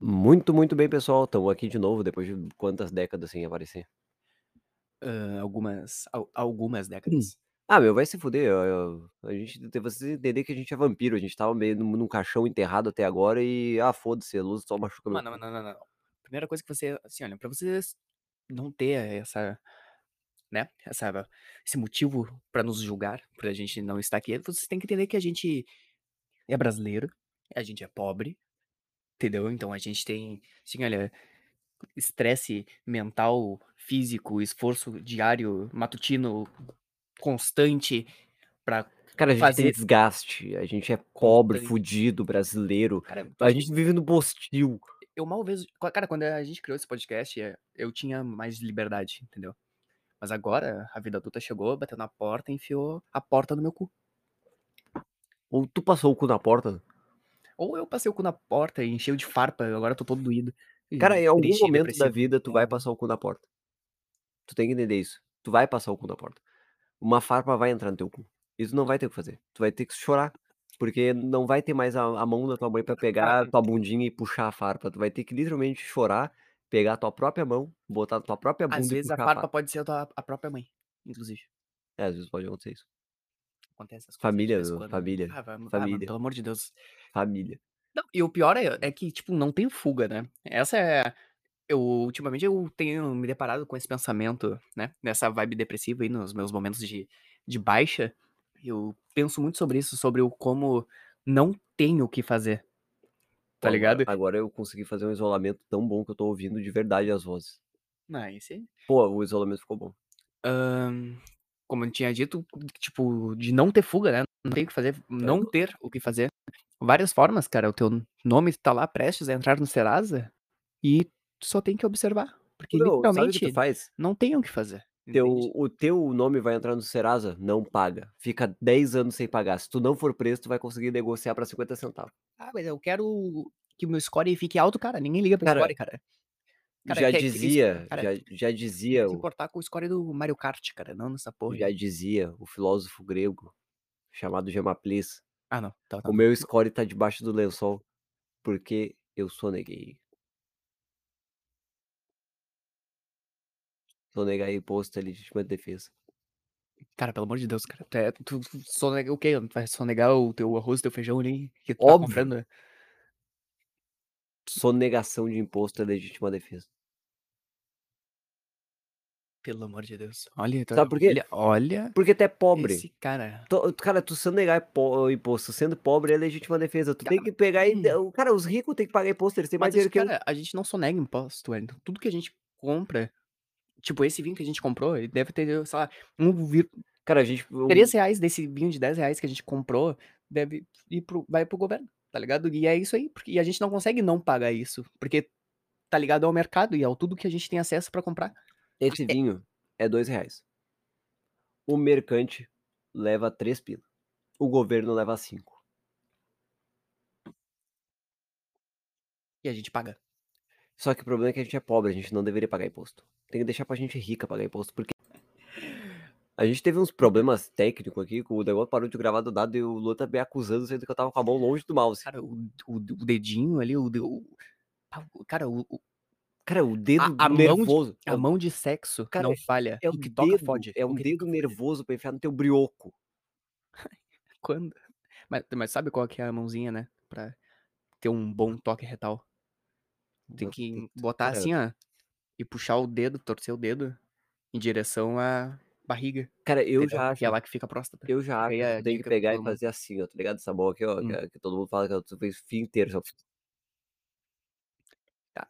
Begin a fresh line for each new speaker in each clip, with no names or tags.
Muito, muito bem, pessoal. Estamos aqui de novo, depois de quantas décadas sem aparecer.
Hã, algumas al algumas
Hum.
décadas.
Ah, meu, vai se fuder. Ah, a gente tem vocês entender que a gente é vampiro, a gente estava meio num num caixão enterrado até agora e, ah, foda-se, a luz só machuca meu
Mano, não,
cu.
não, não, não. Primeira coisa que você assim, olha, pra vocês não ter essa, né, essa esse motivo pra nos julgar, por a gente não estar aqui, vocês têm que entender que a gente é brasileiro, a gente é pobre, entendeu? Então a gente tem, assim, olha, estresse mental, físico, esforço diário, matutino, constante pra
Cara, a gente tem
fazer
desgaste, a gente é pobre,
constante.
fudido, brasileiro,
Cara, tu
a
acha que
gente vive no postil.
eu mal vejo qua cara, quando a gente criou esse podcast, eh, eu tinha mais liberdade, entendeu? Mas agora a vida adulta chegou, bateu na porta e enfiou a porta no meu cu.
Ou tu passou o cu na porta?
Ou eu passei o cu na porta e encheu de farpa, agora eu tô todo doído
Cara,
e
em algum
triste e
momento da
depressivo.
vida tu vai
É.
passar o cu na porta. Tu tem que entender isso. Tu vai passar o cu na porta. Uma farpa vai entrar no teu cu. E tu não vai ter o que fazer. Tu vai ter que chorar. Porque não vai ter mais a, a mão da tua mãe pra
Cara,
pegar a tua bundinha e puxar a farpa. Tu vai ter que literalmente chorar, pegar a tua própria mão, botar na tua própria
às
bunda e
vezes a
puxar a
farpa
farpa.
pode ser a tua a própria mãe, inclusive.
É, às vezes pode acontecer isso.
Acontece essas coisas de
Família,
vez em
meu,
quando, né?
família,
Ah, vai ah, mano,
família,
pelo amor de Deus.
família.
Não, e o pior é é que, tipo, não tem fuga, né? Essa é eu ultimamente eu tenho me deparado com esse pensamento, né, nessa vibe depressiva aí nos meus momentos de de baixa, eu penso muito sobre isso, sobre o como não tenho o que fazer,
Pô,
tá
agora,
ligado?
agora eu consegui fazer um isolamento tão bom que eu tô ouvindo de verdade as vozes. Ah,
Não, esse
Pô, o isolamento ficou bom.
Hã, como eu tinha dito, tipo, de não ter fuga, né? Não tem o que fazer,
É,
não
não.
ter o que fazer. Várias formas, cara, o teu nome tá lá prestes a entrar no Serasa e tu só tem que observar, porque
Meu, sabe o que tu
literalmente
faz?
não tem o que fazer, entende?
Teu, o teu nome vai entrar no Serasa? Não paga. Fica 10 anos sem pagar. Se tu não for preso, tu vai conseguir negociar pra 50 centavos.
Ah, mas eu quero que o meu score fique alto, cara. Ninguém liga pro
Cara,
score, cara. Cara,
já
que, que isso,
dizia,
cara,
já, já
tem que
dizia,
se
o-
importar com o score do Mario Kart, cara, não nessa porra
já
aí.
dizia o filósofo grego chamado Gemaplis,
Ah, não, tá,
o
tá.
meu score tá debaixo do lençol porque eu soneguei. Sonegar imposto à legítima defesa.
Cara, pelo amor de Deus, cara. Tu, é- tu tu sonega o quê? Tu Vai sonegar o teu arroz, teu feijão ali que tu tá
Óbvio,
comprando?
sonegação de imposto à legítima defesa.
Pelo amor de Deus. Olha, tá-
Sabe por quê?
olha, olha
Porque tu é pobre.
esse cara.
To- Cara, tu se negar po- imposto sendo pobre é legítima defesa. Tu tem
Cara,
que pegar e.
hum,
o Cara, os ricos têm que pagar imposto, eles têm mais
mas, isso,
dinheiro que eu.
cara, a gente não sonega imposto, velho. Tudo que a gente compra, tipo, esse vinho que a gente comprou, ele deve ter, sei lá, 1,
Cara, a gente. um-
3 reais desse vinho de 10 reais que a gente comprou deve ir pro, vai pro governo, tá ligado? E é isso aí, porque e a gente não consegue não pagar isso, porque tá ligado ao mercado e ao tudo que a gente tem acesso pra comprar.
Esse
É,
vinho é dois reais. O mercante leva três pila. O governo leva cinco.
E a gente paga.
Só que o problema é que a gente é pobre, a gente não deveria pagar imposto. Tem que deixar pra gente rica pagar imposto, porque a gente teve uns problemas técnicos aqui, que o negócio parou de gravar do nada e o Lua tá me acusando, sendo que eu tava com a mão longe do mouse.
Cara, o, o, o dedinho ali, o, de- o ah, o- cara, o, o-
Cara, o
a,
dedo
a mão de
nervoso. é
a
o-
mão de sexo
Cara,
não falha.
é
O
um
que toca
dedo,
fode.
é
O
um
que
dedo
toca fode.
nervoso pra enfiar no teu brioco.
Quando? Mas, mas sabe qual que é a mãozinha, né? Pra ter um bom toque retal. Tem
Não,
que
puta,
botar
cara,
assim, ó, e puxar o dedo, torcer o dedo em direção à barriga,
cara, eu
entendeu?
já
Que é
acho,
lá que fica a próstata.
eu já
Fica
acho
aí
que
a
tu tem que
dica pra
pegar e
todo mundo.
fazer assim, ó, tá ligado? Essa mão aqui, ó, que,
Hum.
a- que todo mundo fala que tu fez o fio inteiro. Só...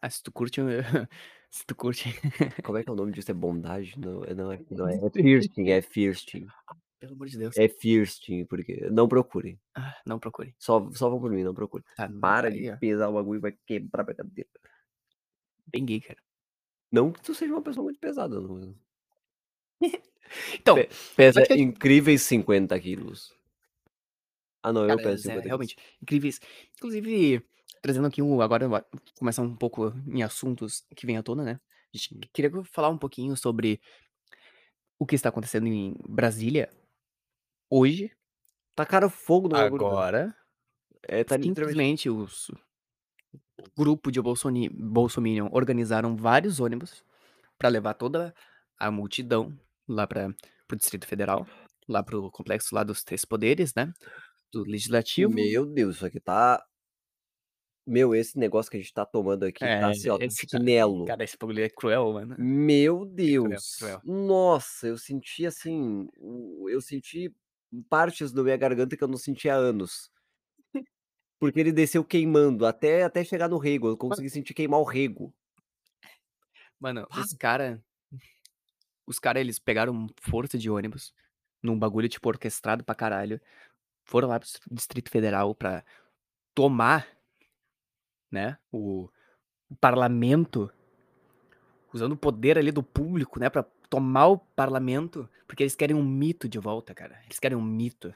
Ah, se tu curte. se tu curte.
Como é que é o nome disso? É bondage? Não, é- não é, não é, é piercing, é piercing,
Pelo amor de Deus.
é piercing, porque não procurem,
Ah, não procure.
só, só vão por mim, não procurem.
Tá,
Para de
aí, ó.
pesar o bagulho e vai quebrar minha cadeira.
Bem gay, cara.
Não que tu seja uma pessoa muito pesada, não.
Então,
Pe- pesa
praticamente.
incríveis 50 quilos. Ah não, eu
Cara,
peso
eles é
50 quilos.
realmente incríveis. Inclusive, trazendo aqui um. Agora, va- começar um pouco em assuntos que vem à tona, né? A gente
Hum.
queria falar um pouquinho sobre o que está acontecendo em Brasília hoje. tá
Tacaram fogo no bagulho, meu.
Agora,
É, tá literalmente.
simplesmente os grupo de bolsoni- bolsominion organizaram vários ônibus para levar toda a multidão lá para o Distrito Federal, lá para o complexo lá dos três poderes, né? Do Legislativo.
Meu Deus, isso aqui tá. Meu, esse negócio que a gente tá tomando aqui tá
É,
assim, ó, tá
esse ca-
chinelo.
Cara, esse bagulho é cruel, mano.
Meu
cruel,
Deus.
cruel.
Nossa, eu senti assim. o- Eu senti partes da minha garganta que eu não senti há anos. Porque ele desceu queimando até, até chegar no rego. Eu consegui sentir queimar o rego.
Mano, os cara, os cara eles pegaram força de ônibus num bagulho tipo orquestrado pra caralho. Foram lá pro Distri- Distrito Federal pra tomar, né, o, o parlamento usando o poder ali do público, né, Pra tomar o parlamento, porque eles querem um mito de volta, cara. Eles querem um mito.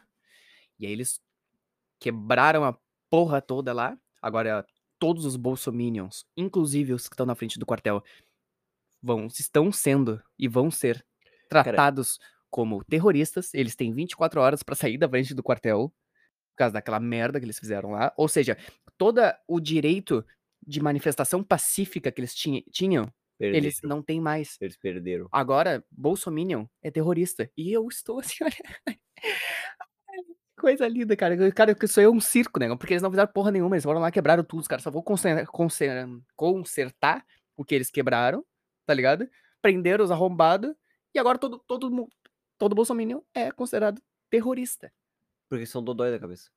E aí eles quebraram a porra toda lá. Agora todos os bolsominions, inclusive os que estão na frente do quartel, vão, estão sendo e vão ser tratados como terroristas. Eles têm 24 horas para sair da frente do quartel, por causa daquela merda que eles fizeram lá. Ou seja, todo o direito de manifestação pacífica que eles tinha- tinham,
Perderam.
eles não têm mais.
Eles perderam.
Agora, Bolsominion é terrorista. E eu estou assim, olha. Coisa linda, cara. Eu- Cara, isso aí é um circo, né? Porque eles não fizeram porra nenhuma. Eles foram lá, quebraram tudo. Os caras só vão conser- conser- consertar o que eles quebraram, tá ligado? Prenderam os arrombados. E agora todo, todo, mu- todo Bolsominion é considerado terrorista.
Porque são dodói da cabeça.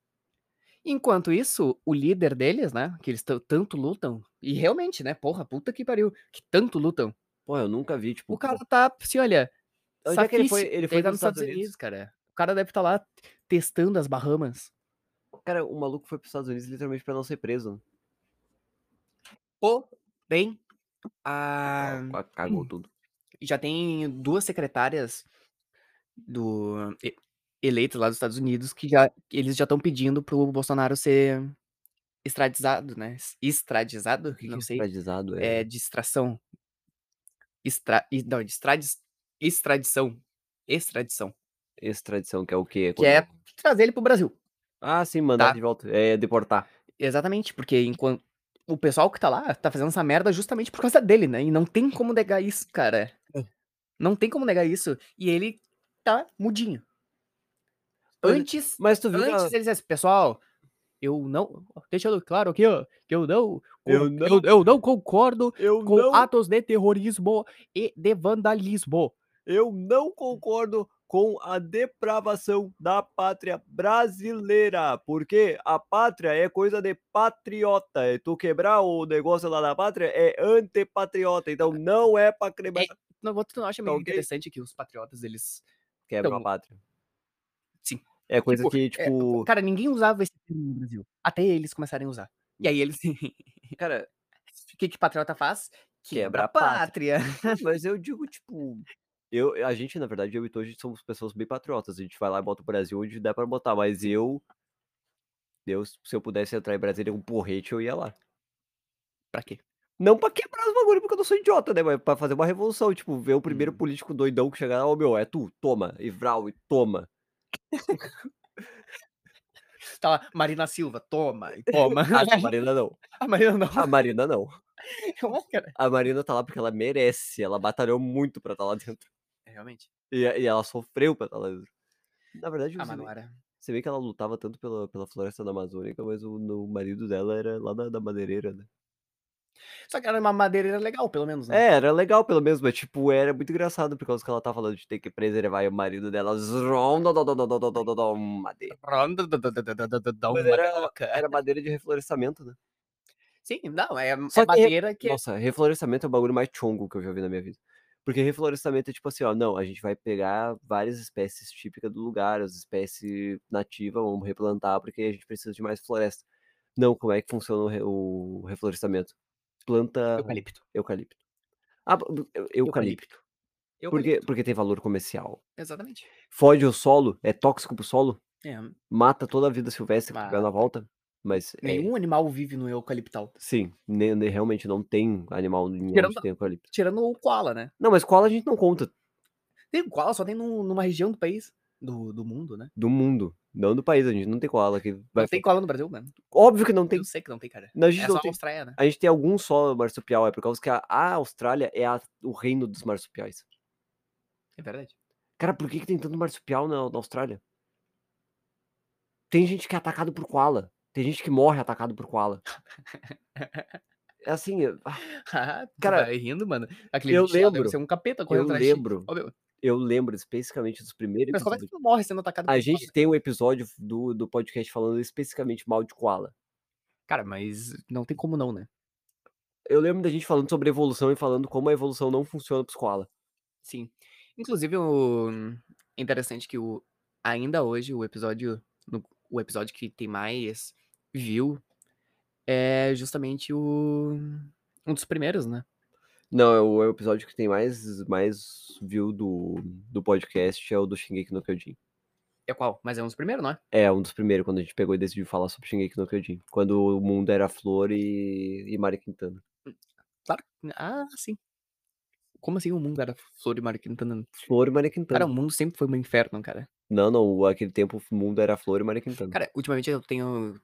Enquanto isso, o líder deles, né? Que eles tão- tanto lutam. E realmente, né? Porra, puta que pariu. Que tanto lutam.
Porra, eu nunca vi, tipo.
O cara tá, se olha.
Onde é que ele foi?
safice-
Ele foi
tá
nos
nos Estados Unidos, cara. O cara deve estar lá testando as Bahamas.
Cara, o maluco foi pros Estados Unidos literalmente pra não ser preso. né?
Porém,
Ah,
a...
qua- Cagou tudo.
já tem duas secretárias do e- eleitas lá dos Estados Unidos que já eles já estão pedindo pro Bolsonaro ser extradizado, né? Extradizado?
O que, que
não
é
sei.
extradizado é?
É distração. Extra... e- Não, extradis... extradição. Extradição.
Extradição, que é o quê?
Que é trazer ele pro Brasil.
Ah, sim, mandar
Tá.
de volta. É deportar.
Exatamente, porque enquanto o pessoal que tá lá tá fazendo essa merda justamente por causa dele, né? E não tem como negar isso, cara.
É.
Não tem como negar isso. E ele tá mudinho.
Pois é.
Antes,
Mas tu viu que
antes ele disse assim, pessoal, eu não, deixando claro aqui, ó, que eu não,
Eu
con-
não-
eu, eu não concordo
eu
com atos de terrorismo e de vandalismo.
eu não concordo com a depravação da pátria brasileira, porque a pátria é coisa de patriota. E tu quebrar o negócio lá da pátria é antipatriota. Então não é pra quebrar.
É, Não, tu não acha meio
Tá ok?
interessante que os patriotas, eles...
Quebra
então,
a pátria.
sim.
É coisa
Tipo,
que,
é,
tipo.
Cara, ninguém usava esse termo no Brasil. Até eles começarem a usar. E aí eles. O
então, Cara,
que, que patriota faz?
Quebra a
pátria.
Mas eu digo, tipo. Eu, a gente, na verdade, eu e tu, a gente somos pessoas bem patriotas. A gente vai lá e bota o Brasil onde dá pra botar. Mas eu. eu se eu pudesse entrar em Brasília com um porrete, eu ia lá.
Pra quê?
Não pra quebrar os bagulho, porque eu não sou idiota, né? Mas pra fazer uma revolução. Tipo, ver o primeiro
Hum.
político doidão que chegar. Ô meu, é tu, toma. E Vral, e toma.
Tá lá, Marina Silva, toma, e toma.
Ah, não, a Marina não.
a Marina não. é
A Marina não.
Calma, cara.
A Marina tá lá porque ela merece. Ela batalhou muito pra estar lá dentro.
É, realmente.
E, e ela sofreu pra estar lá dentro. Na verdade,
A
você vê-
Manuara.
Você vê que ela lutava tanto pela, pela floresta da Amazônica, mas o, no- o marido dela era lá da, da madeireira, né?
Só que era uma madeireira legal, pelo menos, né?
É, era legal pelo menos, mas tipo, era muito engraçado por causa que ela tá falando de ter que preservar e o marido dela. zrom, dó, dó, dó, dó, dó, dó, dó, dó, dó, Madeira. Mas era, era madeira de reflorestamento, né?
Sim, não, é,
Só
é
que-
madeira que.
Nossa, reflorestamento é o bagulho mais chongo que eu já vi na minha vida. Porque reflorestamento é tipo assim, ó, não, a gente vai pegar várias espécies típicas do lugar, as espécies nativas, vamos replantar porque a gente precisa de mais floresta. Não, como é que funciona o, re- o reflorestamento? Planta
Eucalipto.
eucalipto. Ah, bu- bu- eu- eucalipto. Porque,
Eucalipto.
porque tem valor comercial.
Exatamente.
Fode o solo, é tóxico pro solo,
É,
mata toda a vida silvestre que tiver na volta, mas é-
Nenhum animal vive no eucaliptal.
sim, ne- ne- realmente não tem animal nenhum
Tirando-
que tem eucalipto.
Tirando o koala, né? um
Não, mas koala a gente não conta
Tem koala, só tem num- numa região do país, do, do mundo, né?
do mundo. Não do país, a gente não tem koala aqui. Vai...
Não tem cola no Brasil, mano.
Óbvio que não tem.
Eu sei que não tem, cara.
Não, a
É
gente
só
não
na
tem.
Austrália, né?
A gente tem algum só marsupial, é por causa que a, a Austrália é a- o reino dos marsupiais.
É verdade.
Cara, por que, que tem tanto marsupial na, na Austrália? Tem gente que é atacado por koala. Tem gente que morre atacado por koala. É assim, eu- ah,
Ah, tu
Cara,
vai rindo, mano. Aquele
eu
bicho lá deve
lembro.
ser um capeta correndo
eu
atrás de ti.
lembro,
Ó, meu,
eu lembro especificamente dos primeiros
mas como é que
episódios.
tu morre sendo atacado
A
por
gente tem um episódio do, do podcast falando especificamente mal de koala.
Cara, mas não tem como não, né?
Eu lembro da gente falando sobre evolução e falando como a evolução não funciona pros koala.
Sim. Inclusive, o... é interessante que o... ainda hoje o episódio. no- O episódio que tem mais view é justamente o. Um dos primeiros, né?
Não, é o, é o episódio que tem mais, mais view do, do podcast é o do Shingeki no Kyojin.
É qual? Mas é um dos primeiros, não é?
É, um dos primeiros, quando a gente pegou e decidiu falar sobre Shingeki no Kyojin. Quando o mundo era flor e, e Mari Quintana.
Claro. Ah, sim. Como assim o mundo era flor de Mário Quintana?
Flor e Mari Quintana.
Cara, o mundo sempre foi um inferno, cara.
Não, não, o- aquele tempo o mundo era flor e Mari Quintana.
Cara, ultimamente eu tenho.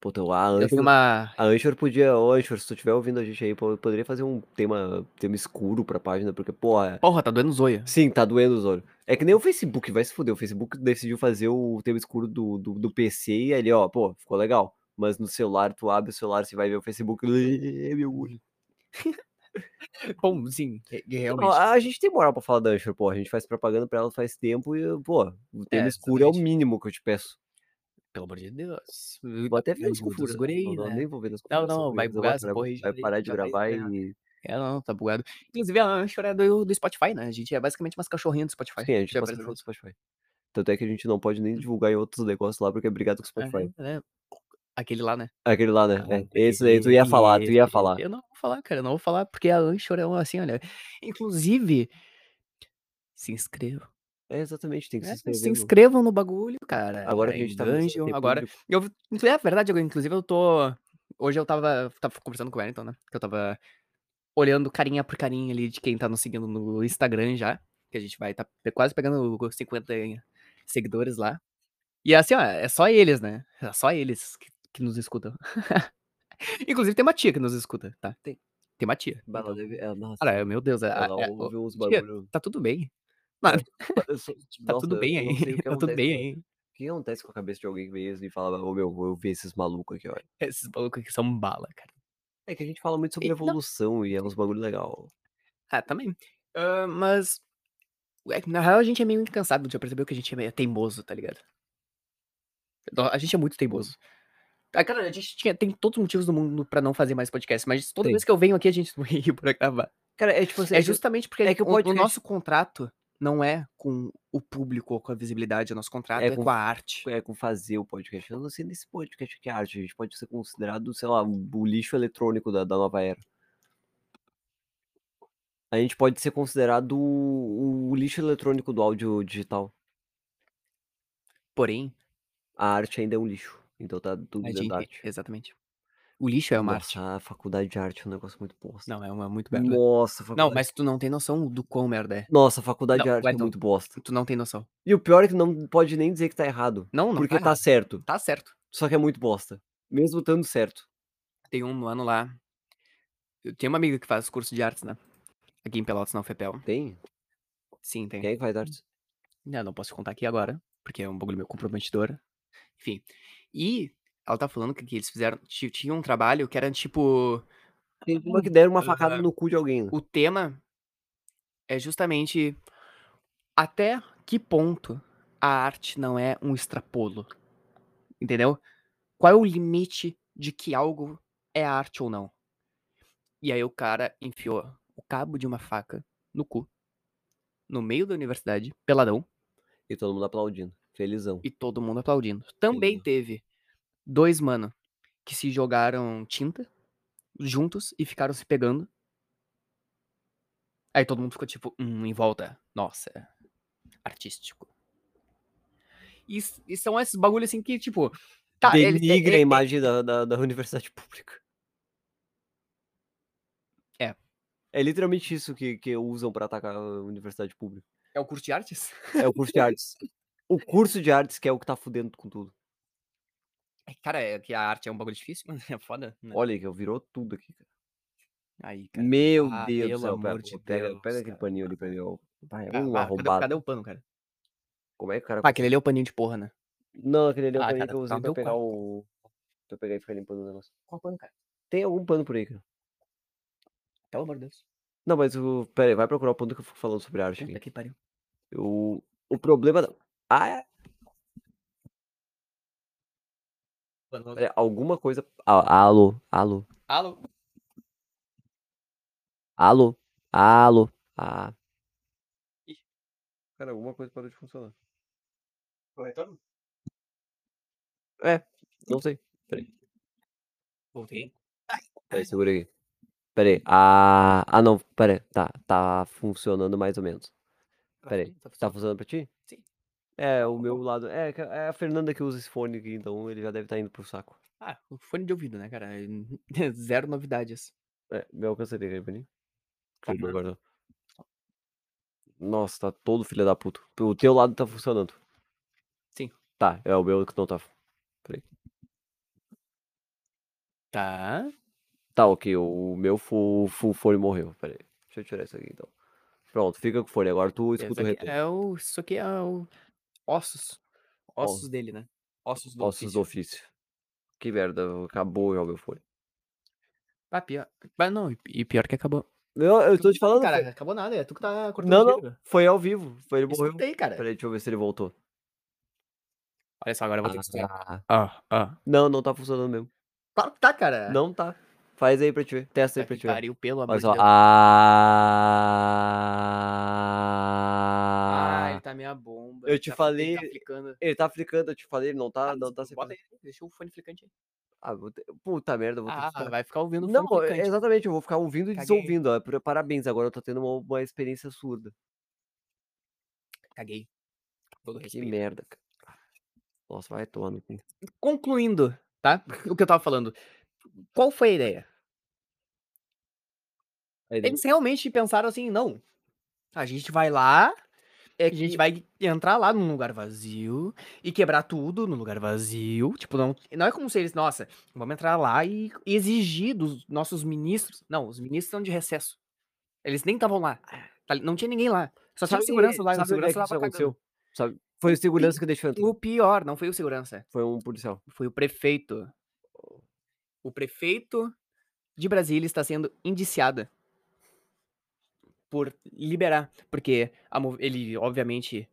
Puta, a
Eu
Anchor,
tenho uma.
a Anchor podia... Ô, Anchor, se tu estiver ouvindo a gente aí, pô, poderia fazer um tema, tema escuro pra página, porque, porra...
Porra, tá doendo zoia.
Sim, tá doendo os olhos. É que nem o Facebook, vai se fuder. O Facebook decidiu fazer o tema escuro do, do, do PC e ali, ó, pô, ficou legal. Mas no celular, tu abre o celular, você vai ver o Facebook. Meu olho.
Bom, sim, re- re-
Não,
realmente.
A gente tem moral pra falar da Anchor, pô. A gente faz propaganda pra ela faz tempo e, pô, o tema escuro é o
exatamente.
mínimo que eu te peço.
Pelo amor de Deus.
Vou até ver
Ajuda
os
os
confuras.
guri,
não, não,
né?
nem vou ver nas
Não,
confusões,
não,
porque
vai
eu vou
bugar essa
parar-
porra aí, já
Vai
vai-
parar de
já vai
gravar
ferrar.
e.
É, não, tá bugado. Inclusive, a Anchor é do, do Spotify, né? A gente é basicamente umas cachorrinhas do Spotify.
Sim, a gente
Já
passa
apareceu
pro Spotify. Tanto é que a gente não pode nem divulgar em outros negócios lá, porque é brigado com o Spotify.
junto, né? Aquele lá, né?
Aquele lá, né?
Ah,
É, Esse daí tu ia falar, tu ia
esse-
falar.
Eu não vou falar, cara. Eu não vou falar, porque a Anchor é uma assim, olha. Inclusive, se inscreva.
É, exatamente, tem que se
É,
inscrever.
se
no-
inscrevam no bagulho, cara.
Agora que
em
a gente tá começando a
Dungeon,
ter
agora
público.
Eu, inclu- é verdade, eu- inclusive eu tô. Hoje eu tava, tava conversando com o Wellington, né? Que eu tava olhando carinha por carinha ali de quem tá nos seguindo no Instagram já. Que a gente vai tá pe- quase pegando os 50 seguidores lá. E assim, ó, é só eles, né? É só eles que, que nos escutam. inclusive tem uma tia que nos escuta, tá? Tem, tem uma tia.
Bah, ela
então.
deve- é, Nossa,
Cara, meu Deus, é,
ela
é- é-
ouve
ô,
uns
tia,
bagulho.
tá tudo bem.
Eu sou-
Tá
nossa,
tudo bem
eu
aí.
não sei o que
Tá tudo
acontece né.
bem
com-
aí.
O que acontece com a cabeça de alguém que vem e fala, ô meu, eu vi esses malucos aqui, ó.
Esses malucos aqui são bala, cara.
É que a gente fala muito sobre
E- não.
evolução e é uns bagulho legal.
Ah, também. Ah, mas. é que Na real, a gente é meio incansável. Já percebeu que a gente é meio teimoso, tá ligado? Nó- A gente é muito teimoso. Ah, cara, a gente tinha- tem todos os motivos do mundo pra não fazer mais podcast, mas toda
Tem.
vez que eu venho aqui, a gente não ri pra gravar.
Cara, é tipo assim.
É justamente porque
é
a-
que o
o, o
podcast-
nosso contrato não é com o público ou com a visibilidade, o nosso contrato
É
é,
com-
com... a arte.
É com fazer o podcast. Eu não sei nesse podcast que é arte. A gente pode ser considerado, sei lá, o lixo eletrônico da, da nova era. A gente pode ser considerado o, o lixo eletrônico do áudio digital.
Porém,
A arte ainda é um lixo. Então tá tudo
a
dentro
gente.
da arte.
Exatamente. O lixo é uma arte.
Nossa, a faculdade de arte é um negócio muito bosta.
Não, é uma muito merda.
Nossa, a
Não,
faculdade.
mas tu não tem noção do quão merda é.
Nossa, a faculdade
Não,
de arte é
Wellington.
muito bosta.
Tu não tem noção.
E o pior é que não pode nem dizer que tá errado.
Não, não.
porque
tá,
tá
errado.
certo.
tá certo.
Só que é muito bosta. Mesmo estando certo.
tem um ano lá. Eu tenho uma amiga que faz curso de artes, né? Aqui em Pelotas, na UFPEL.
Tem?
Sim, tem.
Quem é que faz arte?
Eu não posso te contar aqui agora, porque é um bagulho meio comprometedor. Enfim. E ela tá falando que, que eles fizeram. ti- Tinha um trabalho que era tipo.
Tem uma que deram uma
Ah,
facada no cu de alguém. né?
O tema é justamente até que ponto a arte não é um extrapolo. Entendeu? Qual é o limite de que algo é arte ou não? E aí o cara enfiou o cabo de uma faca no cu, no meio da universidade, peladão,
E todo mundo aplaudindo. Felizão.
e todo mundo aplaudindo. Também
Entendi.
teve dois mano que se jogaram tinta juntos e ficaram se pegando. Aí todo mundo ficou tipo, hum, em volta. Nossa, é artístico. E, s- e são esses bagulhos assim que, tipo. Tá, ele-
Denigra
é-
a
é-
imagem da, da, da universidade pública.
É.
É literalmente isso que, que usam pra atacar a universidade pública.
é o curso de artes?
É o curso de artes. O curso de artes que é o que tá fudendo com tudo.
É, Cara, é que a arte é um bagulho difícil, mano. É foda. né?
Olha aí, que eu virou tudo aqui, cara.
Aí, cara.
Meu
ah,
Deus do céu,
pelo
pega,
amor de
pô, pega,
Deus,
pega aquele
cara.
paninho ali pra mim. ó. Vai, um
Ah, ah, cadê,
arrombado.
cadê o pano, cara?
Como é que o cara.
Ah, aquele ali é o paninho de porra, né?
Não, aquele ali é o
Ah,
paninho
cara,
que eu
tá
usei
no
pra
meu
pegar
quarto.
o. Pra pegar e ficar limpando o negócio.
Qual pano, cara?
Tem algum pano por aí, cara?
Pelo amor de Deus.
Não, mas o. Pera aí, vai procurar o pano que eu fico falando sobre arte
Puta
aqui.
que pariu.
O, o problema. da- Ah, é-
Pano-
é alguma coisa. Ah, alô, alô,
Alô?
alô, alô. Ah.
Ih.
Cara, alguma coisa parou de funcionar.
Foi retorno?
Não sei.
Voltei.
Peraí, segura aqui. Peraí. Ah, ah não, peraí. Tá, tá funcionando mais ou menos. Peraí, Tá funcionando pra ti?
Sim. Tá
É, o
bom.
meu lado. É, que- é a Fernanda que usa esse fone aqui, então ele já deve estar indo pro saco.
Ah, o fone de ouvido, né, cara? Zero novidades.
É, me alcançaria, aí pra mim.
Tá.
Desculpa, agora. Nossa, tá todo filho da puta. O teu lado tá funcionando.
Sim.
Tá, é o meu que não tá.
Tá.
Tá, ok, o meu fu, fu- fone morreu. Pera aí. Deixa eu tirar isso aqui então. Pronto, fica com o fone. Agora tu
Isso
escuta o
aqui
retorno.
é o. Isso aqui é o. Ossos. Ossos
Ossos.
dele, né? Ossos do
Ossos do
ofício.
ofício. Que merda, acabou já o meu fone.
Ah, pior. Mas não, e- e pior que acabou.
Eu, eu tô te falando,
Cara,
foi-
acabou nada, é tu que tá cortando
Não,
o
não.
giro.
foi ao vivo. Foi, ele morreu.
Escuta aí, cara.
Peraí, deixa eu ver se ele voltou.
Olha só, agora eu vou ter que escutar.
Ah,
Ah, ah.
Não, não tá funcionando mesmo.
Claro que tá, cara.
Não tá. Faz aí pra te ver. Testa aí
Puta
pra
que
te ver.
pariu, pelo amor
Olha
de
só.
Deus. Ah, ele
Ah...
tá minha bomba.
Eu
ele
te
tá fli-
falei-
ele Tá flicando.
Ele tá flicando, eu te falei, ele não tá,
Ah,
não tá
bota
sempre...
aí, deixa o fone flicante aí.
Ah, vou ter- Puta merda, eu vou ter
Ah,
que ficar...
vai ficar ouvindo o fone
Não, é-
flicante.
exatamente, eu vou ficar ouvindo e
Caguei.
desouvindo. ó. Pra- Parabéns, agora eu tô tendo uma, uma experiência surda.
Caguei. Com Todo
Que
respeito.
merda, cara. Nossa, vai tomar no cu.
Concluindo, tá? O que eu tava falando. Qual foi a ideia?
Aí,
Eles realmente pensaram assim, não. A gente vai lá,
É
a gente vai entrar lá num lugar vazio e quebrar tudo no lugar vazio. Tipo, não, não é como se eles, nossa, vamos entrar lá e exigir dos nossos ministros. Não, os ministros estão de recesso. Eles nem estavam lá. tá li- Não tinha ninguém lá. Só tinha o segurança lá. e o
Ah. sabe onde é
segurança
que isso
tava
é aconteceu?
cagando.
Sabe? Foi o segurança que deixou entrar.
O pior, não foi o segurança.
Foi um policial.
foi o prefeito. O prefeito de Brasília está sendo indiciada por liberar, porque a mov- ele obviamente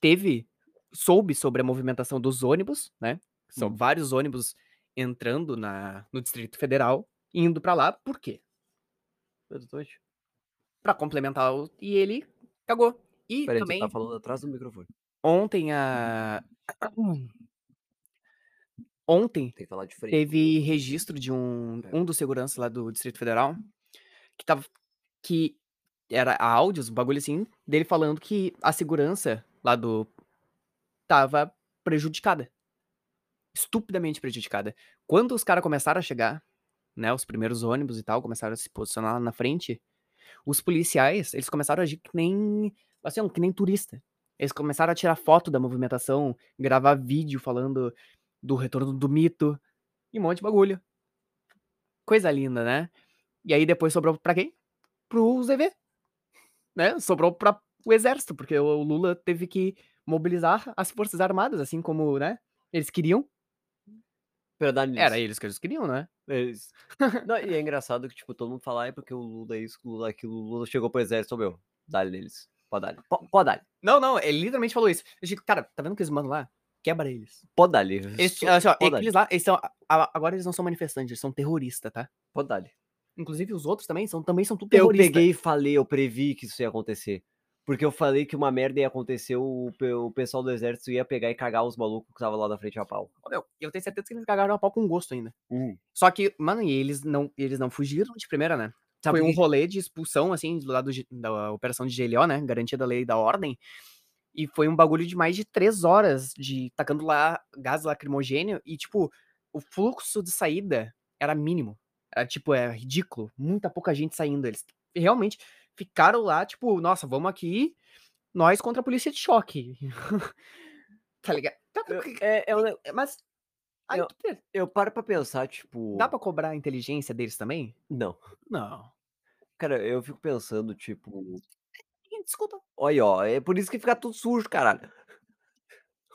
teve soube sobre a movimentação dos ônibus, né? São
Hum.
vários ônibus entrando na no Distrito Federal e indo para lá, por quê?
Exatamente.
Para complementar o, e ele cagou. E
Peraí, tu
também
tá falando atrás do microfone.
ontem a
Uhum.
ontem
Tem que falar de frente.
teve registro de um,
É.
um dos seguranças lá do Distrito Federal que tava que era áudios, um bagulho assim, dele falando que a segurança lá do tava prejudicada. Estupidamente prejudicada. Quando os caras começaram a chegar, né, os primeiros ônibus e tal, começaram a se posicionar lá na frente, os policiais, eles começaram a agir que nem, assim, ó, que nem turista. Eles começaram a tirar foto da movimentação, gravar vídeo falando do retorno do mito e um monte de bagulho. Coisa linda, né? E aí depois sobrou pra quem? Pro ZV. Né? Sobrou pra o exército, porque o o Lula teve que mobilizar as forças armadas, assim como, né? Eles queriam.
Verdade nisso.
Era eles que eles queriam, né?
É isso. Não, e é engraçado que, tipo, todo mundo fala, é porque o Lula é isso, o Lula é aquilo, o Lula chegou pro exército, meu. Dá-lhe neles. Pode dar-lhe. Po- Pode dar-lhe.
Não, não, ele literalmente falou isso. Eu digo, cara, tá vendo que eles mandam lá? Quebra eles.
Pode dar-lhe.
Eles,
Só-
olha só,
Pode dar-lhe.
aqueles lá, eles são, a- a- agora eles não são manifestantes, eles são terroristas, tá?
Pode dar-lhe.
Inclusive os outros também são, também são tudo
Eu
terroristas.
peguei e falei, eu previ que isso ia acontecer. Porque eu falei que uma merda ia acontecer, o, pe- o pessoal do exército ia pegar e cagar os malucos que estavam lá na frente a pau.
Ô, meu, eu tenho certeza que eles cagaram a pau com gosto ainda.
Hum.
Só que, mano, e eles não, eles não fugiram de primeira, né?
Sabe
Foi
por
um
quê?
rolê de expulsão, assim, do lado de- da operação de GLO, né? Garantia da lei e da ordem. E foi um bagulho de mais de três horas de tacando lá gás lacrimogênio e, tipo, o fluxo de saída era mínimo. Era, tipo, é ridículo. Muita pouca gente saindo. Eles realmente ficaram lá, tipo, nossa, vamos aqui, nós contra a polícia de choque. Tá ligado? Tá-
Eu- é, é um ne-
Mas. aí tu pe-
eu paro pra pensar, tipo.
Dá pra cobrar a inteligência deles também?
Não.
Não.
Cara, eu fico pensando, tipo.
Ih, Desculpa.
Olha, ó, é por isso que fica tudo sujo, caralho.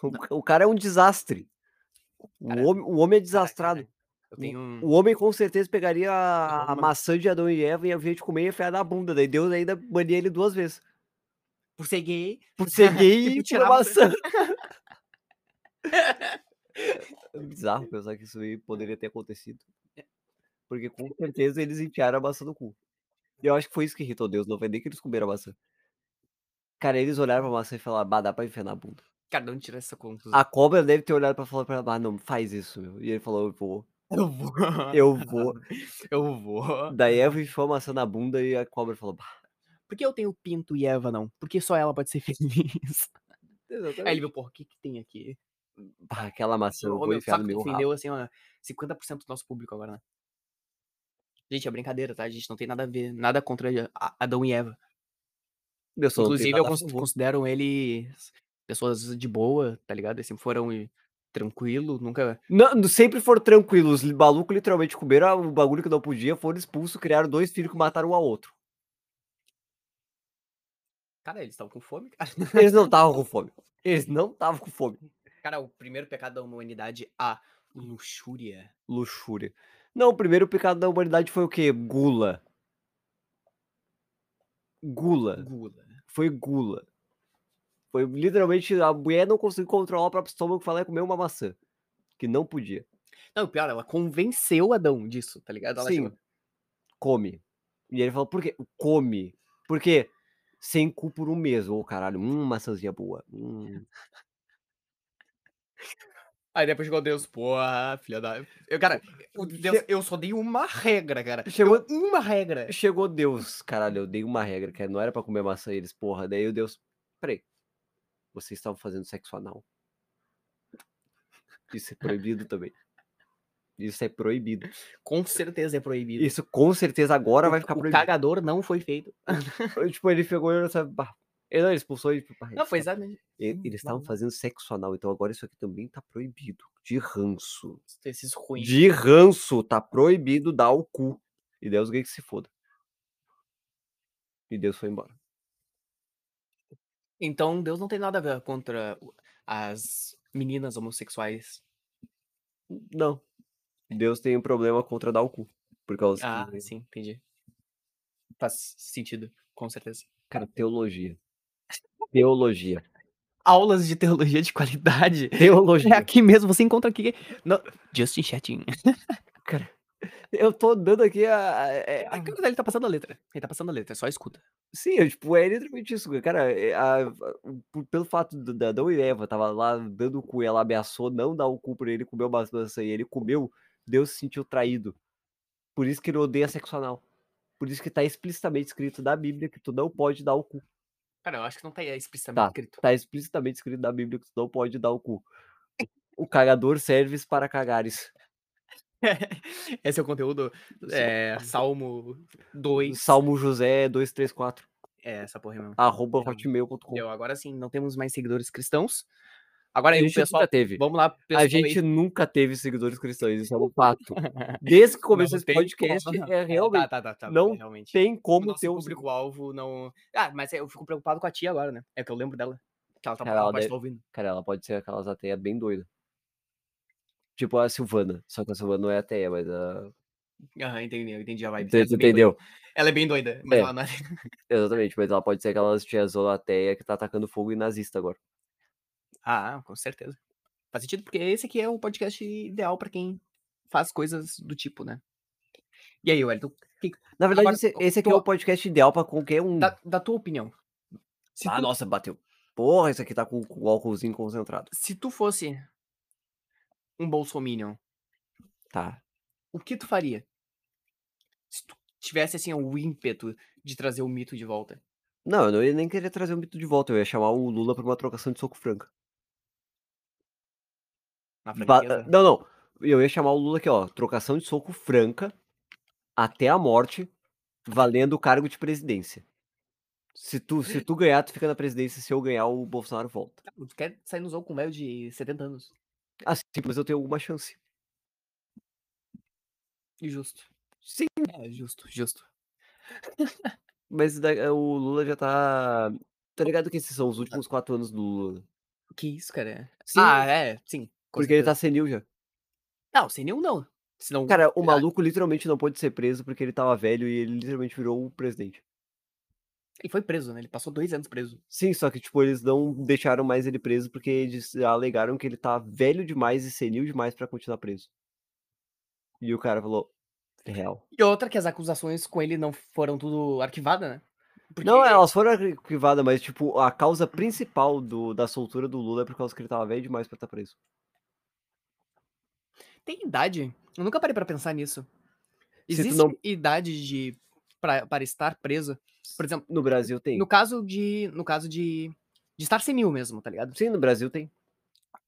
O, ca- o cara é um desastre. O,
Cara,
homem, o homem é
Cara,
desastrado.
cara, Eu tenho um.
O homem com certeza pegaria a, a
Uma-
maçã de Adão e Eva e ao invés de comer ia enfiar na bunda. Daí Deus ainda bania ele duas vezes.
Por ser gay.
Por ser gay
Tipo,
e por
tirava-
maçã. é bizarro pensar que isso aí poderia ter acontecido. Porque com certeza eles enfiaram a maçã no cu. E Eu acho que foi isso que irritou Deus, não foi nem que eles comeram a maçã. Cara, eles olharam pra maçã e falaram, bah, dá pra enfiar na bunda.
Cada um tira essa conclusão.
A cobra deve ter olhado pra falar pra ela, ah, não, faz isso, meu. E ele falou, eu vou,
Eu vou.
eu vou.
Eu vou.
Daí Eva enfiou a maçã na bunda e a cobra falou, bah.
Por que eu tenho pinto e Eva não? Porque só ela pode ser feliz.
Exatamente.
Aí ele viu, porra, o que, que tem aqui?
Pá, aquela maçã, eu
Ô,
vou
meu,
enfiar
saco
no
que
meu rabo.
ofendeu, assim, ó, 50% do nosso público agora, né? Gente, é brincadeira, tá? A gente não tem nada a ver, nada contra a- Adão e Eva.
Eu só não tenho
Inclusive,
nada
eu
a
cons-
favor.
considero eles pessoas de boa, tá ligado? Eles sempre foram e tranquilo, nunca.
Não, não- sempre foram tranquilos. Os li- malucos literalmente comeram ah, o bagulho que não podia, foram expulsos, criaram dois filhos que mataram um ao outro.
Cara, eles estavam com fome, cara.
Eles não estavam com fome. Eles não estavam com fome.
Cara, o primeiro pecado da humanidade, a luxúria.
Luxúria. Não, o primeiro pecado da humanidade foi o quê? Gula. Gula.
Gula.
Foi gula. Foi literalmente a mulher não conseguiu controlar o próprio estômago e falar "É comer uma maçã. Que não podia.
Não, pior, ela convenceu Adão disso, tá ligado? Ela
Sim.
chegou,
Come. E ele falou, por quê? Come. Porque sem cu por um mês. Ô, caralho, hum, maçãzinha boa. Hum.
Aí depois chegou Deus, porra, filha da. Eu, cara, o Deus, eu só dei uma regra, cara.
Chegou-
Eu- uma regra.
Chegou Deus, caralho, eu dei uma regra, que é, não era pra comer maçã e eles, porra. Daí o Deus, peraí, vocês estavam fazendo sexo anal. Isso é proibido também. Isso é proibido.
Com certeza é proibido.
Isso com certeza agora
O-
vai ficar
o
proibido.
cagador não foi feito.
Tipo, ele pegou e olhou, sabe, bah. Ele, não, ele expulsou e tipo, bah,
Não,
eles
foi
tavam-
exatamente.
e-
Hum,
Eles estavam
não.
fazendo sexo anal, então agora isso aqui também tá proibido. De ranço.
Esses ruins.
De ranço, tá proibido dar o cu. E Deus gay que se foda. E Deus foi embora.
Então, Deus não tem nada a ver contra o- as meninas homossexuais.
Não. Deus tem um problema contra dar o cu. Por causa
Ah,
que,
sim, entendi. Faz sentido, com certeza.
cara, teologia. Teologia.
Aulas de teologia de qualidade. É
Teologia.
aqui mesmo, você encontra aqui. No... Justin Chatin.
Eu tô dando aqui a. a- é- a-
Ele tá passando a letra. Ele tá passando a letra, só escuta.
Sim, eu, tipo, é literalmente isso, cara. é, a- a- por- pelo fato do- da Adão e Eva tava lá dando o cu e ela ameaçou não dar o cu pra ele, comeu uma maçã e ele comeu, Deus se sentiu traído. Por isso que ele odeia sexo anal. Por isso que tá explicitamente escrito na Bíblia que tu não pode dar o cu.
Cara, eu acho que não tá explicitamente escrito.
tá explicitamente escrito na Bíblia que tu não pode dar o cu. O cagador serves para cagares.
Esse é o conteúdo. é, Salmo 2.
Salmo José 234,
É, essa porra aí mesmo.
arroba
Então,
hotmail.com.
Entendeu? Agora sim, não temos mais seguidores cristãos. Agora
A
aí o
gente
pessoal.
nunca teve.
Vamos lá, pessoal.
A
aí.
gente nunca teve seguidores cristãos, isso é um fato. Desde que começou
Não
esse
tem
podcast,
como.
é realmente.
Tá, tá, tá, tá,
não
realmente.
Tem
o
como
nosso
ter um. seguidor.
público-alvo não. Ah, mas eu fico preocupado com a tia agora, né? É que eu lembro dela. Que ela tá,
Cara,
ela
ela
pode
deve-
tá ouvindo.
Cara, ela pode ser aquelas ateias bem doidas. Tipo a Silvana. Só que a Silvana não é ateia, mas a.
Aham, entendi, eu entendi a vibe.
Você
Ela é bem doida.
entendeu?
Ela é bem doida, mas
É.
ela não é.
Exatamente, mas ela pode ser aquelas tiazona ateia que tá atacando fogo e nazista agora.
Ah, com certeza. Faz sentido, porque esse aqui é o podcast ideal pra quem faz coisas do tipo, né? E aí, Wellington,
Na verdade,
Agora,
esse,
eu
esse aqui é
tô-
o podcast ideal pra qualquer um.
da, da tua opinião. Se,
Ah,
tu,
nossa, bateu. Porra, esse aqui tá com com o álcoolzinho concentrado.
se tu fosse um bolsominion,
Tá.
o que tu faria? Se tu tivesse, assim, o ímpeto de trazer o mito de volta.
Não, eu não ia nem querer trazer o mito de volta. Eu ia chamar o Lula pra uma trocação de soco franca.
Na
Ba- eh,
franqueza.
Não, não. Eu ia chamar o Lula aqui, ó. Trocação de soco franca até a morte, valendo o cargo de presidência. Se tu, se tu ganhar, tu fica na presidência. Se eu ganhar, o Bolsonaro volta.
Não, Tu quer sair no jogo com um velho de 70 anos.
Ah, sim, mas eu tenho alguma chance.
Justo.
Sim,
É, justo, justo.
mas da- eh, o Lula já tá. Tá ligado que esses são os últimos quatro anos do Lula?
Que isso, cara?
Sim,
Ah, é, sim. com
porque ele
certeza.
tá senil já.
Não, sem nenhum não. Senão,
Cara, o maluco literalmente não pôde ser preso porque ele tava velho e ele literalmente virou o presidente.
ele foi preso, né? Ele passou dois anos preso.
Sim, só que, tipo, eles não deixaram mais ele preso porque eles alegaram que ele tá velho demais e senil demais pra continuar preso. E o cara falou, "É real.
E outra que as acusações com ele não foram tudo arquivadas, né? Porque-
Não, é elas foram arquivadas, mas, tipo, a causa principal do, da soltura do Lula é por causa que ele tava velho demais pra estar preso.
Tem idade. Eu nunca parei pra pensar nisso.
Se tu
Existe
não-
idade de pra- para estar preso? Por exemplo,
No Brasil tem.
no caso de no caso de de estar senil mesmo, tá ligado?
Sim, no Brasil tem.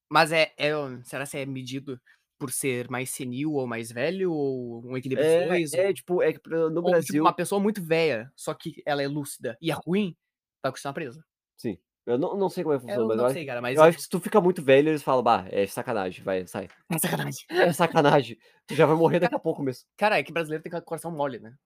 Mas é, é um, será se é medido por ser mais senil ou mais velho ou um equilíbrio dos dois?
É, é, tipo, é que pra- no
ou, tipo,
Brasil...
uma pessoa muito velha, só que ela é lúcida e é ruim, vai continuar presa.
Eu não, não sei como é que funciona,
Eu
mas
não
eu,
sei, cara, mas
acho, eu acho que se tu fica muito velho, eles falam, bah, é sacanagem, vai, sai.
é sacanagem.
É sacanagem. Tu já vai morrer daqui a pouco mesmo.
Cara, é que brasileiro tem coração mole, né?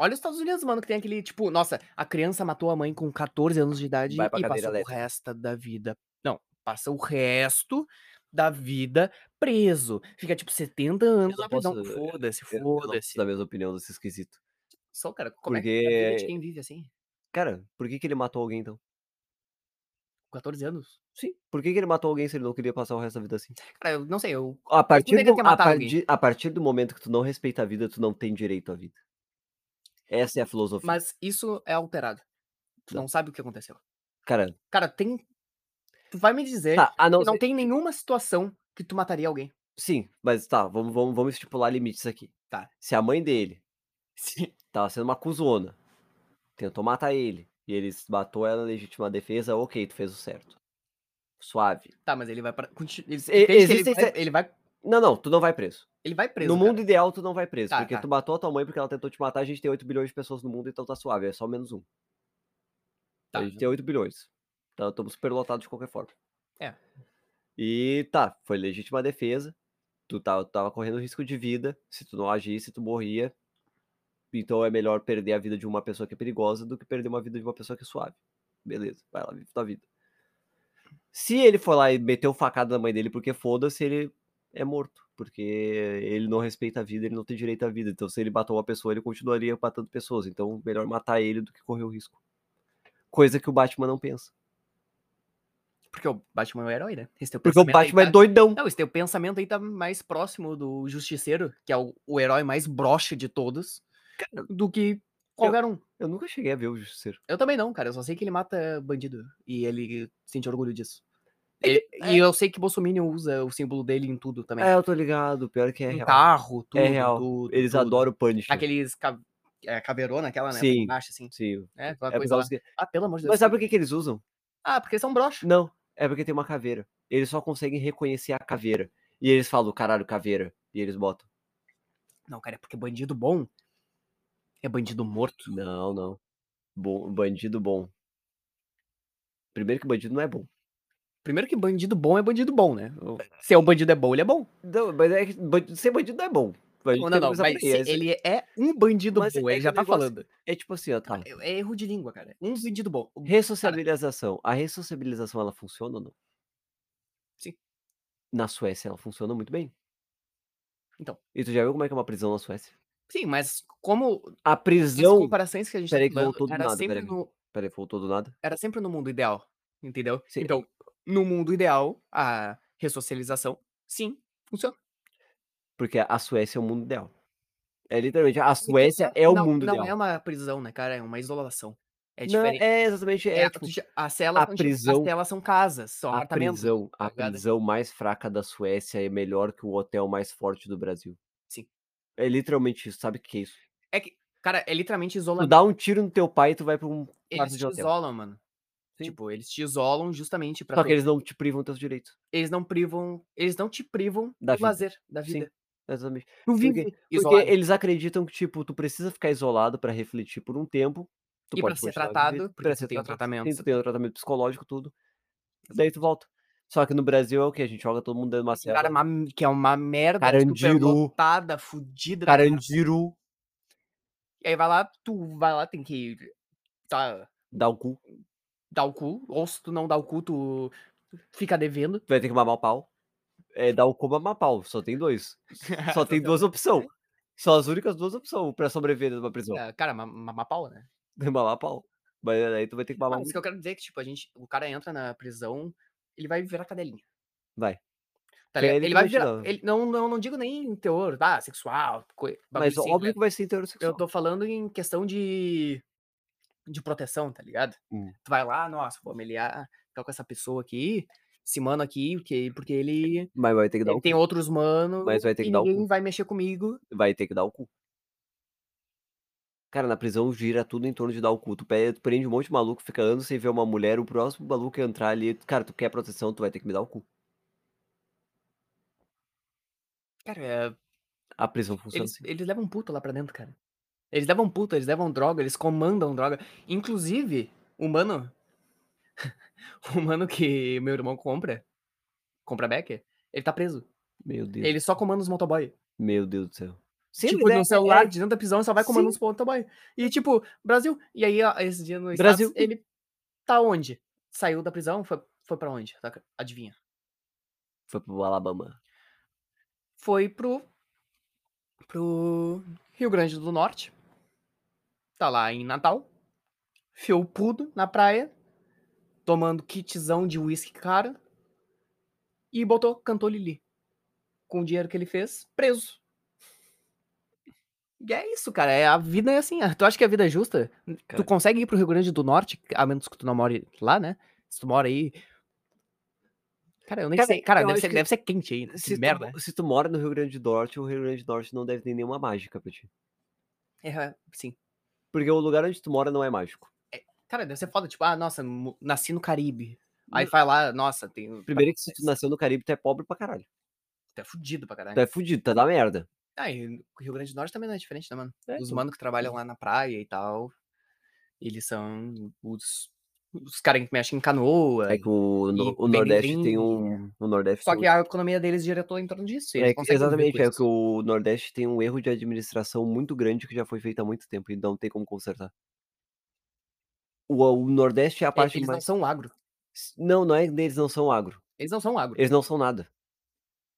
Olha os Estados Unidos, mano, que tem aquele, tipo, nossa, a criança matou a mãe com 14 anos de idade
Vai
e
pra
passa
cadeira
o resto da vida. Não, passa o resto da vida preso. Fica, tipo, 70 anos
não
na prisão.
posso- eh,
Foda-se,
Eu- eu não sou
foda-se.
Da mesma opinião desse esquisito.
Só, cara, como é que é a vida de
Porque-
quem vive assim?
Cara, por que, que ele matou alguém então?
Com 14 anos?
Sim. Por que, que ele matou alguém se ele não queria passar o resto da vida assim?
Cara, eu não sei, eu.
A partir,
ele quer
do, a,
matar alguém?
parti- a partir do momento que tu não respeita a vida, tu não tem direito à vida. Essa é a filosofia.
Mas isso é alterado. Tu
Não.
não sabe o que aconteceu.
Cara,
Cara, tem. Tu vai me dizer
tá, a não,
é que não
ser-
tem nenhuma situação que tu mataria alguém.
Sim, mas tá, vamos, vamos, vamos estipular limites aqui.
Tá.
Se a mãe dele
Sim.
tava sendo uma cuzona, tentou matar ele, e ele matou ela na legítima defesa, ok, tu fez o certo. Suave.
Tá, mas ele vai para. Ele,
Ex-
entende que
existem
ele, vai,
se-
ele vai.
Não, não, tu não vai preso.
Ele vai preso.
no
cara.
mundo ideal, tu não vai preso.
Tá,
porque
tá.
tu matou a tua mãe porque ela tentou te matar. A gente tem 8 bilhões de pessoas no mundo, então tá suave. É só menos um.
Tá,
a gente tem 8 bilhões. Então estamos superlotados de qualquer forma.
É.
E tá, foi legítima defesa. Tu tava, tava correndo risco de vida. Se tu não agisse, tu morria. Então é melhor perder a vida de uma pessoa que é perigosa do que perder uma vida de uma pessoa que é suave. Beleza, vai lá, vive tua vida. Se ele for lá e meteu facada na mãe dele porque foda-se, ele é morto. Porque ele não respeita a vida, ele não tem direito à vida. Então, se ele matou uma pessoa, ele continuaria matando pessoas. Então, melhor matar ele do que correr o risco. Coisa que o Batman não pensa.
Porque o Batman é o herói, né? Esse teu
Porque o
pensamento aí
Batman
tá-
é doidão.
Não, esse teu pensamento aí tá mais próximo do Justiceiro, que é o, o herói mais broche de todos, do que qualquer um.
Eu nunca cheguei a ver o Justiceiro.
Eu também não, cara. Eu só sei que ele mata bandido. E ele sente orgulho disso. E, e eu sei que Bolsonaro usa o símbolo dele em tudo também.
É, eu tô ligado. Pior que é
Em
real.
carro, tudo.
real.
tudo,
Eles
tá tudo.
adoram o Punisher.
Aqueles ca... é, caveirona, aquela, né?
Sim.
Baixa, assim.
Sim.
É, aquela
É por
coisa lá.
causa que-
Ah, pelo amor de Deus.
Mas sabe por que, que eles usam?
Ah, porque são broches.
Não. É porque tem uma caveira. Eles só conseguem reconhecer a caveira. E eles falam, caralho, caveira. E eles botam.
Não, cara, é porque bandido bom é bandido morto.
Não, não. Bom, bandido bom. Primeiro que bandido não é bom.
Primeiro que bandido bom é bandido bom, né? Se é um bandido é bom, ele é bom.
Não, mas é que bandido, ser bandido não é bom. Bandido
Não,
tem
não, não.
coisa
Mas
pra
se
é-
ele é um bandido
Mas
bom,
é
ele
que
já
o
tá
negócio-
falando.
É tipo assim, ó, tá.
É é erro de língua, cara. Um bandido bom. O-
Ressociabilização. A ressociabilização, ela funciona ou não?
Sim.
Na Suécia, ela funciona muito bem.
Então.
E tu já viu como é que é uma prisão na Suécia?
Sim, mas como
A
as
prisão.
comparações que a gente
Peraí
tá
que
falando
voltou do
era,
nada,
sempre
peraí.
no,
Peraí, voltou do nada.
era sempre no mundo ideal, entendeu?
Sim.
Então, no mundo ideal, a ressocialização, sim, funciona.
Porque a Suécia é o mundo ideal. É literalmente, a
que
Suécia é o
não,
mundo
Não
ideal.
é uma prisão, né, cara? É uma isolação. É
Não,
diferente.
é exatamente. É,
É,
tipo,
tu já- as celas
a
são, tipo-
prisão-
as celas são casas, são
a
apartamentos.
prisão, a
tá ligado?
prisão mais fraca da Suécia é melhor que o hotel mais forte do Brasil.
Sim.
É literalmente isso, sabe o que é isso?
Cara, é literalmente
Tu
isolamento.
dá um tiro no teu pai e tu vai pra um quarto
Eles
de
te
hotel.
isolam, mano.
Sim.
Tipo, eles te isolam justamente pra.
Só
tu-
que eles não te privam teus direitos.
Eles não privam. Eles não te privam
Da
do
vida.
lazer, da
Sim.
vida.
Exatamente.
Tu
Porque-
vive
Porque
isolado.
eles acreditam que, tipo, tu precisa ficar isolado pra refletir por um tempo. Tu
E pra
pode
ser
continuar vivendo,
tratado, porque
pra
tu
ser
tem o
tratado,
tratamento.
Sim, tu tem o tratamento psicológico, tudo. Daí tu volta. Só que no Brasil é o que? A gente joga todo mundo dentro de uma
Cara,
cela.
uma- que é uma merda
Carandiru.
superlotada, fudida. da
Carandiru,
tá E aí vai lá, tu vai lá, tem que tá,
dá o cu.
dar o cu. Ou se tu não dá o cu, tu fica devendo.
Tu vai ter que mamar o pau. É, dá o cu mamar pau. Só tem dois. Só tem duas opções. São as únicas duas opções pra sobreviver numa prisão.
É, Cara, ma- ma- mamar pau, né?
Mamar pau. Mas aí tu vai ter que mamar
Mas
muito.
isso que eu quero dizer é que, tipo, a gente, o cara entra na prisão, ele vai virar cadelinha.
Vai.
Tá
Que é
ligado?
ele
Ele,
que
vai
vai te
virar.
dar.
Ele, não, não, não digo nem em teor, tá? Sexual, coi- bagulho
Mas
assim,
óbvio
né?
que vai ser heterossexual.
Eu tô falando em questão de, de proteção, tá ligado?
Hum.
Tu vai lá, nossa, vou meliar, ficar com essa pessoa aqui, esse mano aqui, porque, porque ele,
Mas vai ter que dar um
ele
o
tem outros manos
Mas vai ter que
e
dar o
ninguém
cu.
vai mexer comigo.
vai ter que dar o cu. Cara, na prisão gira tudo em torno de dar o cu. Tu pe- tu prende um monte de maluco, fica anos sem ver uma mulher, o próximo maluco que entrar ali, cara, tu quer proteção, tu vai ter que me dar o cu.
Cara, é,
A prisão funciona
eles,
assim.
eles levam um puto lá pra dentro, cara. Eles levam um puto, eles levam droga, eles comandam droga. Inclusive, o mano. o mano que meu irmão compra, compra Becker, ele tá preso.
Meu Deus.
Ele só comanda os motoboy.
Meu Deus do céu.
tipo,
né?
no celular, de dentro da prisão, ele só vai comando
Sim.
uns pontos também. E tipo, Brasil. E aí, ó, esse dia no
Brasil.
Brasil. ele tá onde? Saiu da prisão? Foi, foi pra onde? Tá- Adivinha.
Foi pro Alabama.
Foi pro. pro Rio Grande do Norte. Tá lá em Natal. Felpudo na praia. Tomando kitzão de uísque caro. E botou, cantou Lili. Com o dinheiro que ele fez, preso. E é isso, cara. É, a vida é assim. ah, Tu acha que a vida é justa?
Cara.
Tu consegue ir pro Rio Grande do Norte, a menos que tu não more lá, né? Se tu mora aí. Cara, eu nem
Cara,
sei. Cara,
eu
deve
acho
ser,
que
deve ser quente aí. né? Que
Se tu,
merda.
mo- se tu mora no Rio Grande do Norte, o Rio Grande do Norte não deve ter nenhuma mágica pra ti.
É, sim.
Porque o lugar onde tu mora não é mágico.
Cara, deve ser foda. Tipo, ah, nossa, mu- nasci no Caribe. Aí
Não.
vai lá, nossa, tem.
Primeiro que se tu
Tu
nasceu no Caribe, tu é pobre pra caralho.
é fudido pra caralho.
Tu é fudido, tá da merda.
Ah, e o Rio Grande do Norte também não é diferente, né, mano?
É,
Os
tu-
manos que trabalham lá na praia e tal. Eles são os. Os caras que mexem em canoa.
É que o, no-
e
o Nordeste tem
Benerim,
um. O Nordeste
Só
tem um-
que a economia deles diretou em torno disso.
É
e eles
que-
conseguem viver
exatamente,
com
é
isso.
que o Nordeste tem um erro de administração muito grande que já foi feito há muito tempo e não tem como consertar. O, o Nordeste é a
É,
parte
eles não
mais.
são agro.
Não, não é que eles não são agro.
Eles não são agro.
Eles não são nada.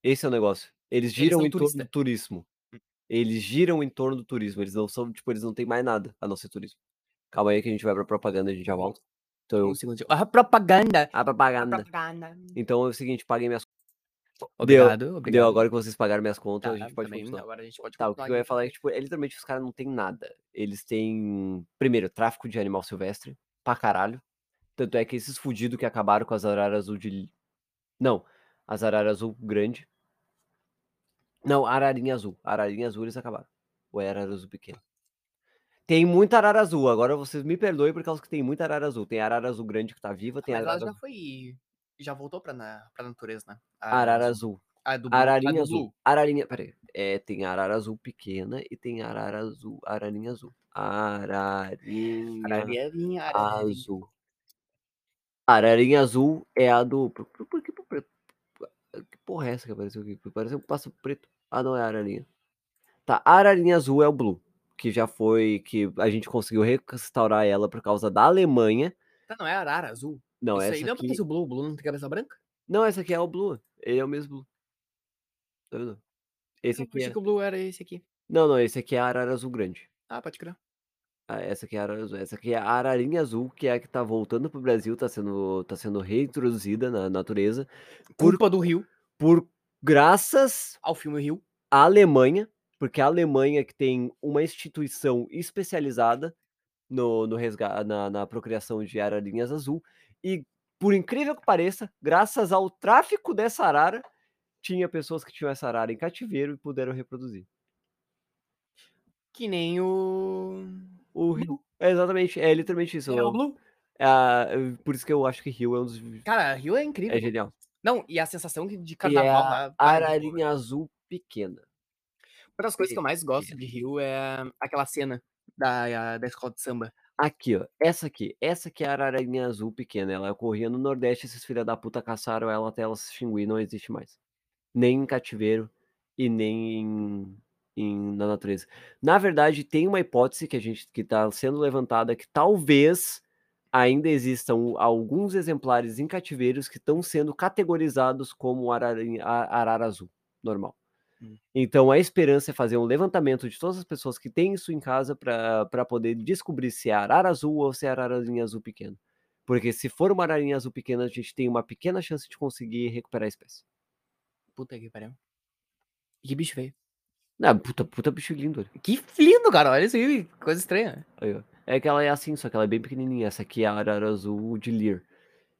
Esse é o negócio. Eles giram
são Hum.
em torno
turista.
do turismo. Eles giram em torno do turismo. Eles não são, tipo, eles não têm mais nada a não ser turismo. Calma aí que a gente vai pra propaganda e a gente já volta. Então eu.
Um segundo. A propaganda.
A
A
propaganda.
propaganda.
Então é o seguinte, paguem minhas
Obrigado,
Deu
obrigado.
agora que vocês pagaram minhas contas,
Tá,
a gente pode
também,
continuar.
Agora a gente pode
Tá, o que
continuar
eu ia
aqui.
falar é que, tipo, é, literalmente os caras não têm nada. Eles têm, primeiro, tráfico de animal silvestre, pra caralho. Tanto é que esses fudidos que acabaram com as araras azul de... li- Não, as araras azul grande. Não, ararinha azul. Ararinha azul eles acabaram. Ou é arara azul pequena. Tem muita arara azul. Agora vocês me perdoem por causa que tem muita arara azul. Tem arara azul grande que tá viva, tem
Ah, Mas ela
arara,
já foi. Já voltou pra, na, pra natureza, né? A
arara azul.
A do Blue- a
Ararinha
do
azul.
Blue.
Ararinha, peraí. É, tem arara azul pequena e tem arara azul. Ararinha azul. Ararinha
Ararinha, ararinha.
azul. Ararinha azul é a do. Por, por, por, que- por, por- que porra é essa que apareceu aqui? Pareceu um pássaro preto. Ah, não, é ararinha. Tá, ararinha azul é o Blue. Que já foi. Que a gente conseguiu restaurar ela por causa da Alemanha.
Tá, não é arara azul.
Não,
Isso
essa
aí não é
aqui.
parece o Blue. O Blue não tem cabeça branca?
Não, essa aqui é o Blue. Ele é o mesmo Blue. Tá vendo? Esse
eu
aqui
achei
é...
que o Blue era esse aqui.
Não, não, esse aqui é a arara azul grande.
Ah, pode crer.
Ah, Essa aqui é a arara azul. Essa aqui é a ararinha azul, que é a que tá voltando pro Brasil, tá sendo, tá sendo reintroduzida na natureza Por-
Culpa do Rio,
por graças
ao filme Rio.
à Alemanha, porque a Alemanha que tem uma instituição especializada no, no resga- na, na procriação de ararinhas azul e por incrível que pareça, graças ao tráfico dessa arara, tinha pessoas que tinham essa arara em cativeiro e puderam reproduzir.
Que nem o.
O rio. É exatamente, é literalmente isso.
É o
eu-
Blue.
é a- eu- por isso que eu acho que Rio é um dos.
Cara, Rio é incrível.
É genial.
Não, e a sensação que- de
E é
carnaval.
a
lá, ah, Uma
ararinha azul pequena.
das coisas que eu mais gosto de Rio é aquela cena da, da escola de samba.
Aqui, ó. Essa aqui. Essa aqui é a ararinha azul pequena. Ela corria no Nordeste, esses filha da puta caçaram ela até ela se extinguir. Não existe mais. Nem em cativeiro e nem em, em- na natureza. Na verdade, tem uma hipótese que a gente que está sendo levantada que talvez ainda existam alguns exemplares em cativeiros que estão sendo categorizados como ararinha- a- arara azul normal.
Hum.
Então a esperança é fazer um levantamento de todas as pessoas que têm isso em casa para poder descobrir se é arara azul ou se é ararinha azul pequena. Porque se for uma ararinha azul pequena, a gente tem uma pequena chance de conseguir recuperar a espécie.
Puta que pariu. E que bicho feio. é
Ah, puta, puta bicho lindo. olha.
Que lindo, cara. Olha isso aí. Coisa estranha.
Aí, ó. É que ela é assim, só que ela é bem pequenininha. Essa aqui é a arara azul de Lear.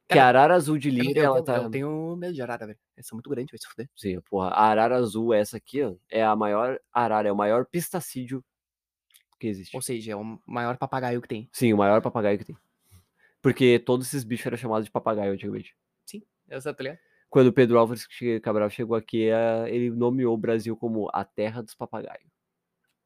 Que a
Cara,
arara azul de
Eu,
Lear,
eu-
ela
eu-
tá...
eu tenho medo de arara, velho. Eles são muito grandes, vai se fuder.
Sim, porra, a arara azul, essa aqui, ó, é a maior arara, é o maior pistacídeo que existe.
Ou seja, é o maior papagaio que tem.
Sim, o maior papagaio que tem. Porque todos esses bichos eram chamados de papagaio antigamente.
Exato, tá ligado?
Quando o Pedro Álvares che- Cabral chegou aqui, eh, ele nomeou o Brasil como a terra dos papagaios.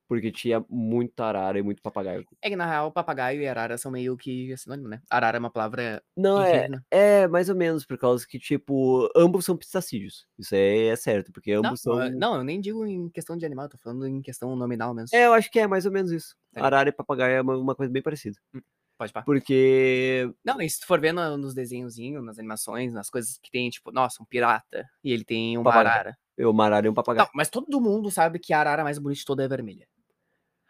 Porque tinha muita arara e muito papagaio.
É que na real, papagaio e arara são meio que sinônimo, né? Arara é uma palavra
Não, é,
indígena.
é mais ou menos, por causa que, tipo, ambos são pistacídeos. Isso é, é certo, porque
Não,
ambos
não,
são.
eu- não, eu nem digo em questão de animal, tô falando em questão nominal mesmo.
É, eu acho que é mais ou menos isso.
Tá ligado.
Arara e papagaio é uma, uma coisa bem parecida.
Pode pá.
Porque.
Não, e se tu for ver no- nos desenhozinhos, nas animações, nas coisas que tem, tipo, nossa, um pirata e ele tem uma
Papagaio.
arara.
Eu, uma arara e um
Não,
papagaio.
mas todo mundo sabe que a arara mais bonita de toda é vermelha.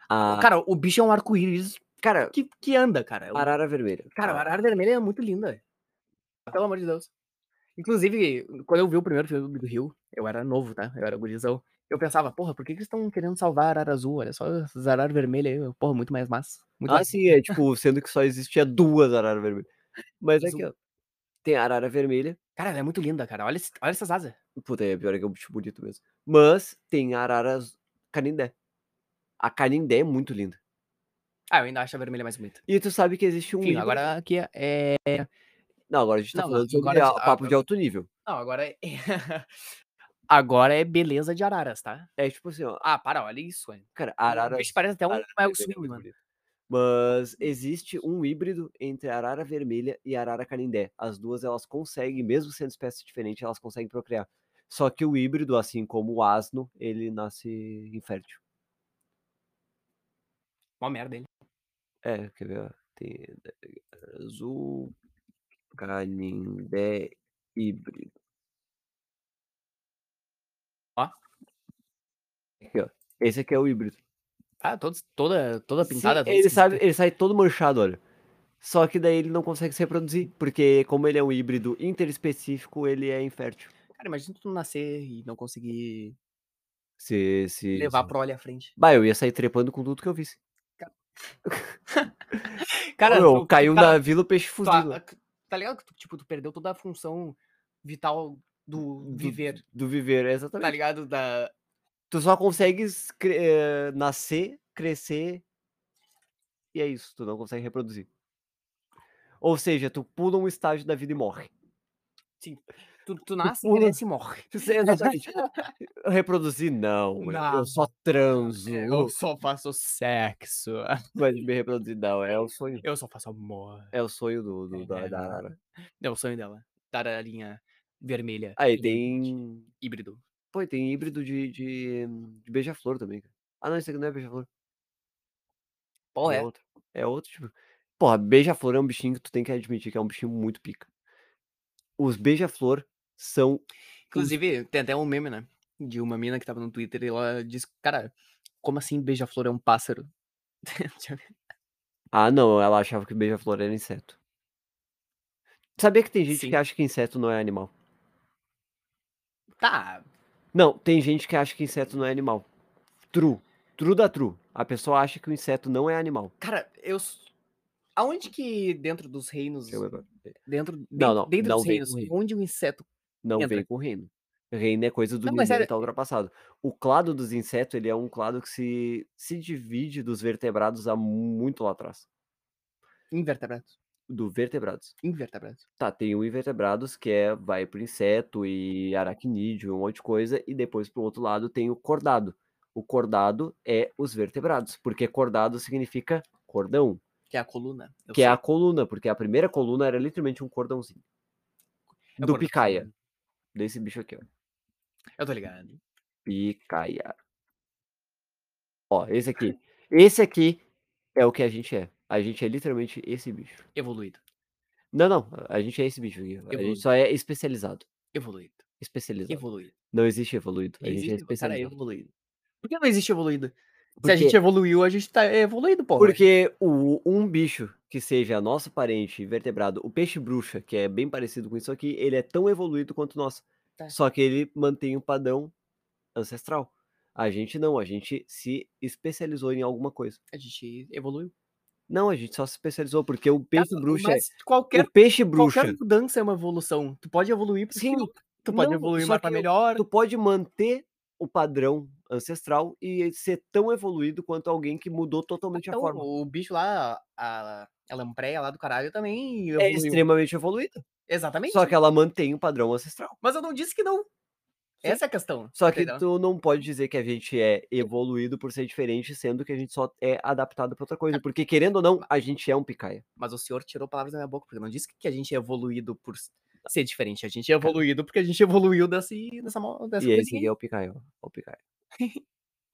A-
Cara, o bicho é um arco-íris
Ah, cara,
que, que anda, cara. O-
arara vermelha.
Cara, a
Ah,
arara vermelha é muito linda. velho.
Tá.
Pelo amor de Deus. Inclusive, quando eu vi o primeiro filme do Rio, eu era novo, tá? Eu era gurizão. Eu pensava, porra, por que, que eles estão querendo salvar a arara azul? Olha só essas araras vermelhas aí, porra, muito mais massa. Muito
Ah,
mais
sim, é tipo, sendo que só existia duas araras vermelhas. Mas
azul.
aqui, ó, tem a arara vermelha.
Cara, ela é muito linda, cara. Olha, esse- olha essas asas.
Puta, é pior que é um bicho bonito mesmo. Mas tem a arara az- canindé. A canindé é muito linda.
Ah, eu ainda acho a vermelha mais bonita.
E tu sabe que existe um.
Enfim,
híbrido-
agora aqui é.
Não, agora a gente tá
Não,
falando sobre
agora
a-
a-
papo de alto nível.
Não, agora é. agora é beleza de araras, tá?
É tipo assim, ó,
Ah, para, olha isso, velho.
cara,
O
araras.
bicho parece até um
arara vermelha
Mel
é
Swing,
muito
mano.
bonito. Mas existe um híbrido entre arara vermelha e arara canindé. As duas elas conseguem, mesmo sendo espécies diferentes, elas conseguem procriar. Só que o híbrido, assim como o asno, ele nasce infértil.
Mó merda ele.
É, quer ver? ó, Tem eh, azul, canindé, híbrido.
Ó.
Aqui, ó. Esse aqui é o híbrido.
Ah, todos, toda, toda
Sim,
pintada. toda
ele, sabe,
esquisita.
ele sai todo manchado, olha. Só que daí ele não consegue se reproduzir, porque como ele é um híbrido interespecífico, ele é infértil.
Cara, imagina tu nascer e não conseguir
Se, se,
levar
se...
prole à frente.
Bah, eu ia sair trepando com tudo que eu visse.
Cara,
Meu,
tu, tá tu-
caiu
cara,
na vila o peixe
tu-
fuzil.
a- tá ligado que tu, tipo, tu perdeu toda a função vital do viver,
Do viver,
tá
exatamente.
ligado? Da...
Tu só consegues cre- eh, nascer, crescer, e é isso. Tu não consegue reproduzir. Ou seja, tu pula um estágio da vida e morre.
Tu, tu nasce,
pula-
cresce e morre.
Tu sei Exatamente. Reproduzir, não. Eu
Não. é,
só transo.
Eu só faço sexo.
Mas me reproduzir, não. É o sonho.
Eu só faço amor.
É o sonho do, do- da,
É,
da
não.
Arara.
É o sonho dela. Dar a linha vermelha.
Aí
e
tem.
Híbrido.
Pô, e tem híbrido de, de, de beija-flor também, cara. Ah, não, esse aqui não é beija-flor.
Qual
É
é?
outro. É outro tipo. Porra, beija-flor é um bichinho que tu tem que admitir que é um bichinho muito pica. Os beija-flor são.
Inclusive, tem até um meme, né? De uma mina que tava no Twitter e ela diz: Cara, como assim beija-flor é um pássaro? Deixa eu ver.
Ah, não, ela achava que beija-flor era inseto. Sabia que tem gente
Sim.
que acha que inseto não é animal?
tá,
Não, tem gente que acha que inseto não é animal. True. True da true. A pessoa acha que o inseto não é animal.
cara, eu. s- Aonde que dentro dos reinos.
Deixa eu ver.
Dentro, den-
Não, não,
dentro
não
dos
vem
reinos,
com reino.
onde o inseto.
Não
Entra.
vem com reino. Reino é coisa do
Não,
não,
mas era-
tá ultrapassado. O clado dos insetos, ele é um clado que se, se divide dos vertebrados há muito lá atrás.
Invertebrados.
Do vertebrados.
Invertebrados.
Tá, tem o invertebrados, que é vai pro inseto e aracnídeo, um monte de coisa, e depois pro outro lado tem o cordado. O cordado é os vertebrados, porque cordado significa cordão.
Que é a coluna. eu
que é
sei.
a coluna, porque a primeira coluna era literalmente um cordãozinho.
É o
do
cordão
picaia.
coluna.
Desse bicho aqui, ó.
Eu tô ligado.
Picaia. Ó, esse aqui. Esse aqui é o que a gente é. A gente é literalmente esse bicho.
Evoluído.
Não, não. a- A gente é esse bicho aqui. A
Evoluído.
gente só é especializado.
Evoluído.
Especializado.
Evoluído.
Não existe evoluído. A gente é
Existe, cara, é
especializado.
evoluído. Por que não existe evoluído? Se
Porque,
a gente evoluiu, a gente tá evoluído, pô.
porque o, um bicho que seja nosso parente vertebrado, o peixe bruxa, que é bem parecido com isso aqui, ele é tão evoluído quanto nós.
Tá.
Só que ele mantém um padrão ancestral. A gente não, a gente se especializou em alguma coisa.
A gente evoluiu.
Não, a gente só se especializou, porque o peixe
Tá,
bruxa.
Mas qualquer,
O peixe bruxa.
qualquer mudança é uma evolução. Tu pode evoluir pro
Sim,
escuro, Tu pode
não,
evoluir
só
mais pra
que eu-
melhor.
Tu pode manter o padrão ancestral e ser tão evoluído quanto alguém que mudou totalmente
Então,
a forma.
o bicho lá, a, a lampreia lá do caralho também
É
evoluiu.
extremamente evoluído.
Exatamente.
Só que ela mantém o padrão ancestral.
Mas eu não disse que não. Essa é a questão.
Só que
entendeu?
tu não pode dizer que a gente é evoluído por ser diferente, sendo que a gente só é adaptado pra outra coisa. Porque, querendo ou não,
Tá.
a gente é um picaia.
Mas o senhor tirou palavras da minha boca, porque eu não disse que a gente é evoluído por s-
Tá.
ser diferente. A gente é evoluído porque a gente evoluiu desse, dessa, mo- dessa
e esse
coisinha
aqui é o picaia, ó. Ó o picaia.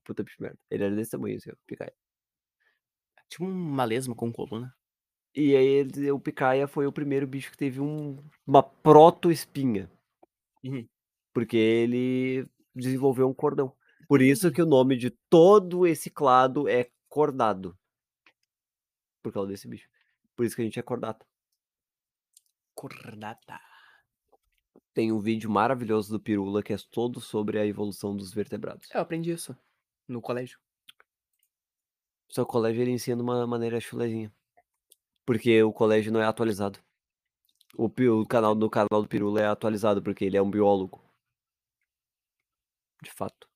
Puta bicho de merda. Ele era desse tamanho, assim, ó, picaia.
aí. Tipo um malesmo com coluna.
E aí ele- o picaia foi o primeiro bicho que teve um- uma proto-espinha.
Uhum.
Porque ele desenvolveu um cordão. Por isso que o nome de todo esse clado é cordado. Por causa desse bicho. Por isso que a gente é cordata.
Cordata.
Tem um vídeo maravilhoso do Pirula que é todo sobre a evolução dos vertebrados.
Eu aprendi isso no colégio.
Só que o colégio ele ensina de uma maneira chulezinha. Porque o colégio não é atualizado. O, pi- o canal do canal do Pirula é atualizado, porque ele é um biólogo. De fato.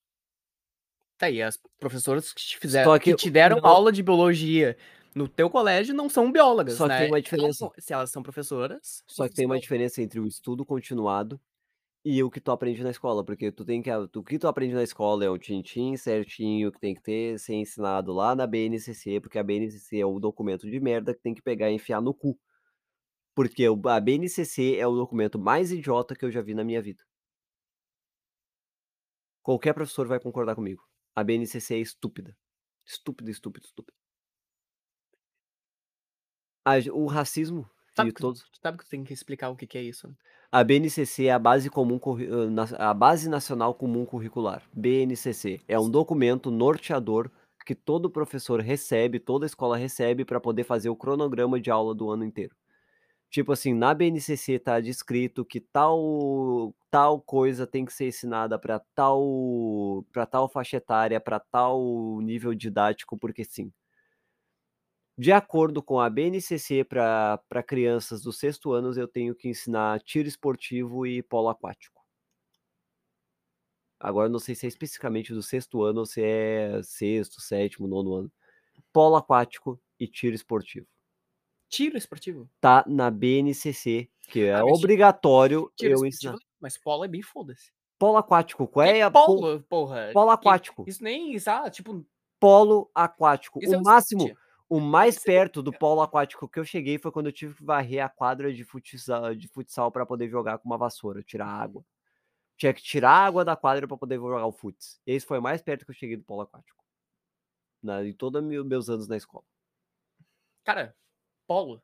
Tá aí, as professoras que te fizeram,
Só
que,
que
te deram
não-
aula de biologia no teu colégio não são biólogas,
Só que
né?
tem uma
Elas
diferença.
são- se elas são professoras...
Só que tem uma
são-
diferença entre o estudo continuado e o que tu aprende na escola, porque tu tem que a- o que tu aprende na escola é o tintim certinho que tem que ter, ser ensinado lá na BNCC, porque a BNCC é o documento de merda que tem que pegar e enfiar no cu. Porque o- a BNCC é o documento mais idiota que eu já vi na minha vida. Qualquer professor vai concordar comigo. A BNCC é estúpida. Estúpida, estúpida, estúpida. A ge- o racismo
Sabe
e
que-
todos
Tu sabe que tu tem que explicar o que, que é isso. né?
A BNCC é a base, comum, Curri- ah, na- a base Nacional Comum Curricular, BNCC. É um documento norteador que todo professor recebe, toda escola recebe para poder fazer o cronograma de aula do ano inteiro. Tipo assim, na BNCC está tá descrito que tal, tal coisa tem que ser ensinada para tal, pra tal faixa etária, para tal nível didático, porque sim. De acordo com a BNCC para crianças do sexto ano, eu tenho que ensinar tiro esportivo e polo aquático. Agora, eu não sei se é especificamente do sexto ano ou se é sexto, sétimo, nono ano. Polo aquático e tiro esportivo.
Tiro esportivo.
Tá na BNCC, que é
Ah, mas ti-
obrigatório
Tiro
eu
esportivo,
ensinar.
mas polo é bem foda-se.
Polo aquático, qual é
Que
a. pol-
polo, né? porra?
Polo
Que-
aquático.
Isso nem, isso, ah, tipo...
Polo aquático.
isso é
O máximo,
skate.
o mais
isso é
perto do polo aquático que eu cheguei foi quando eu tive que varrer a quadra de futsal, de futsal para poder jogar com uma vassoura, tirar água. Tinha que tirar a água da quadra para poder jogar o futs. Esse foi o mais perto que eu cheguei do polo aquático. Na, em todos meus anos na escola.
Cara, polo.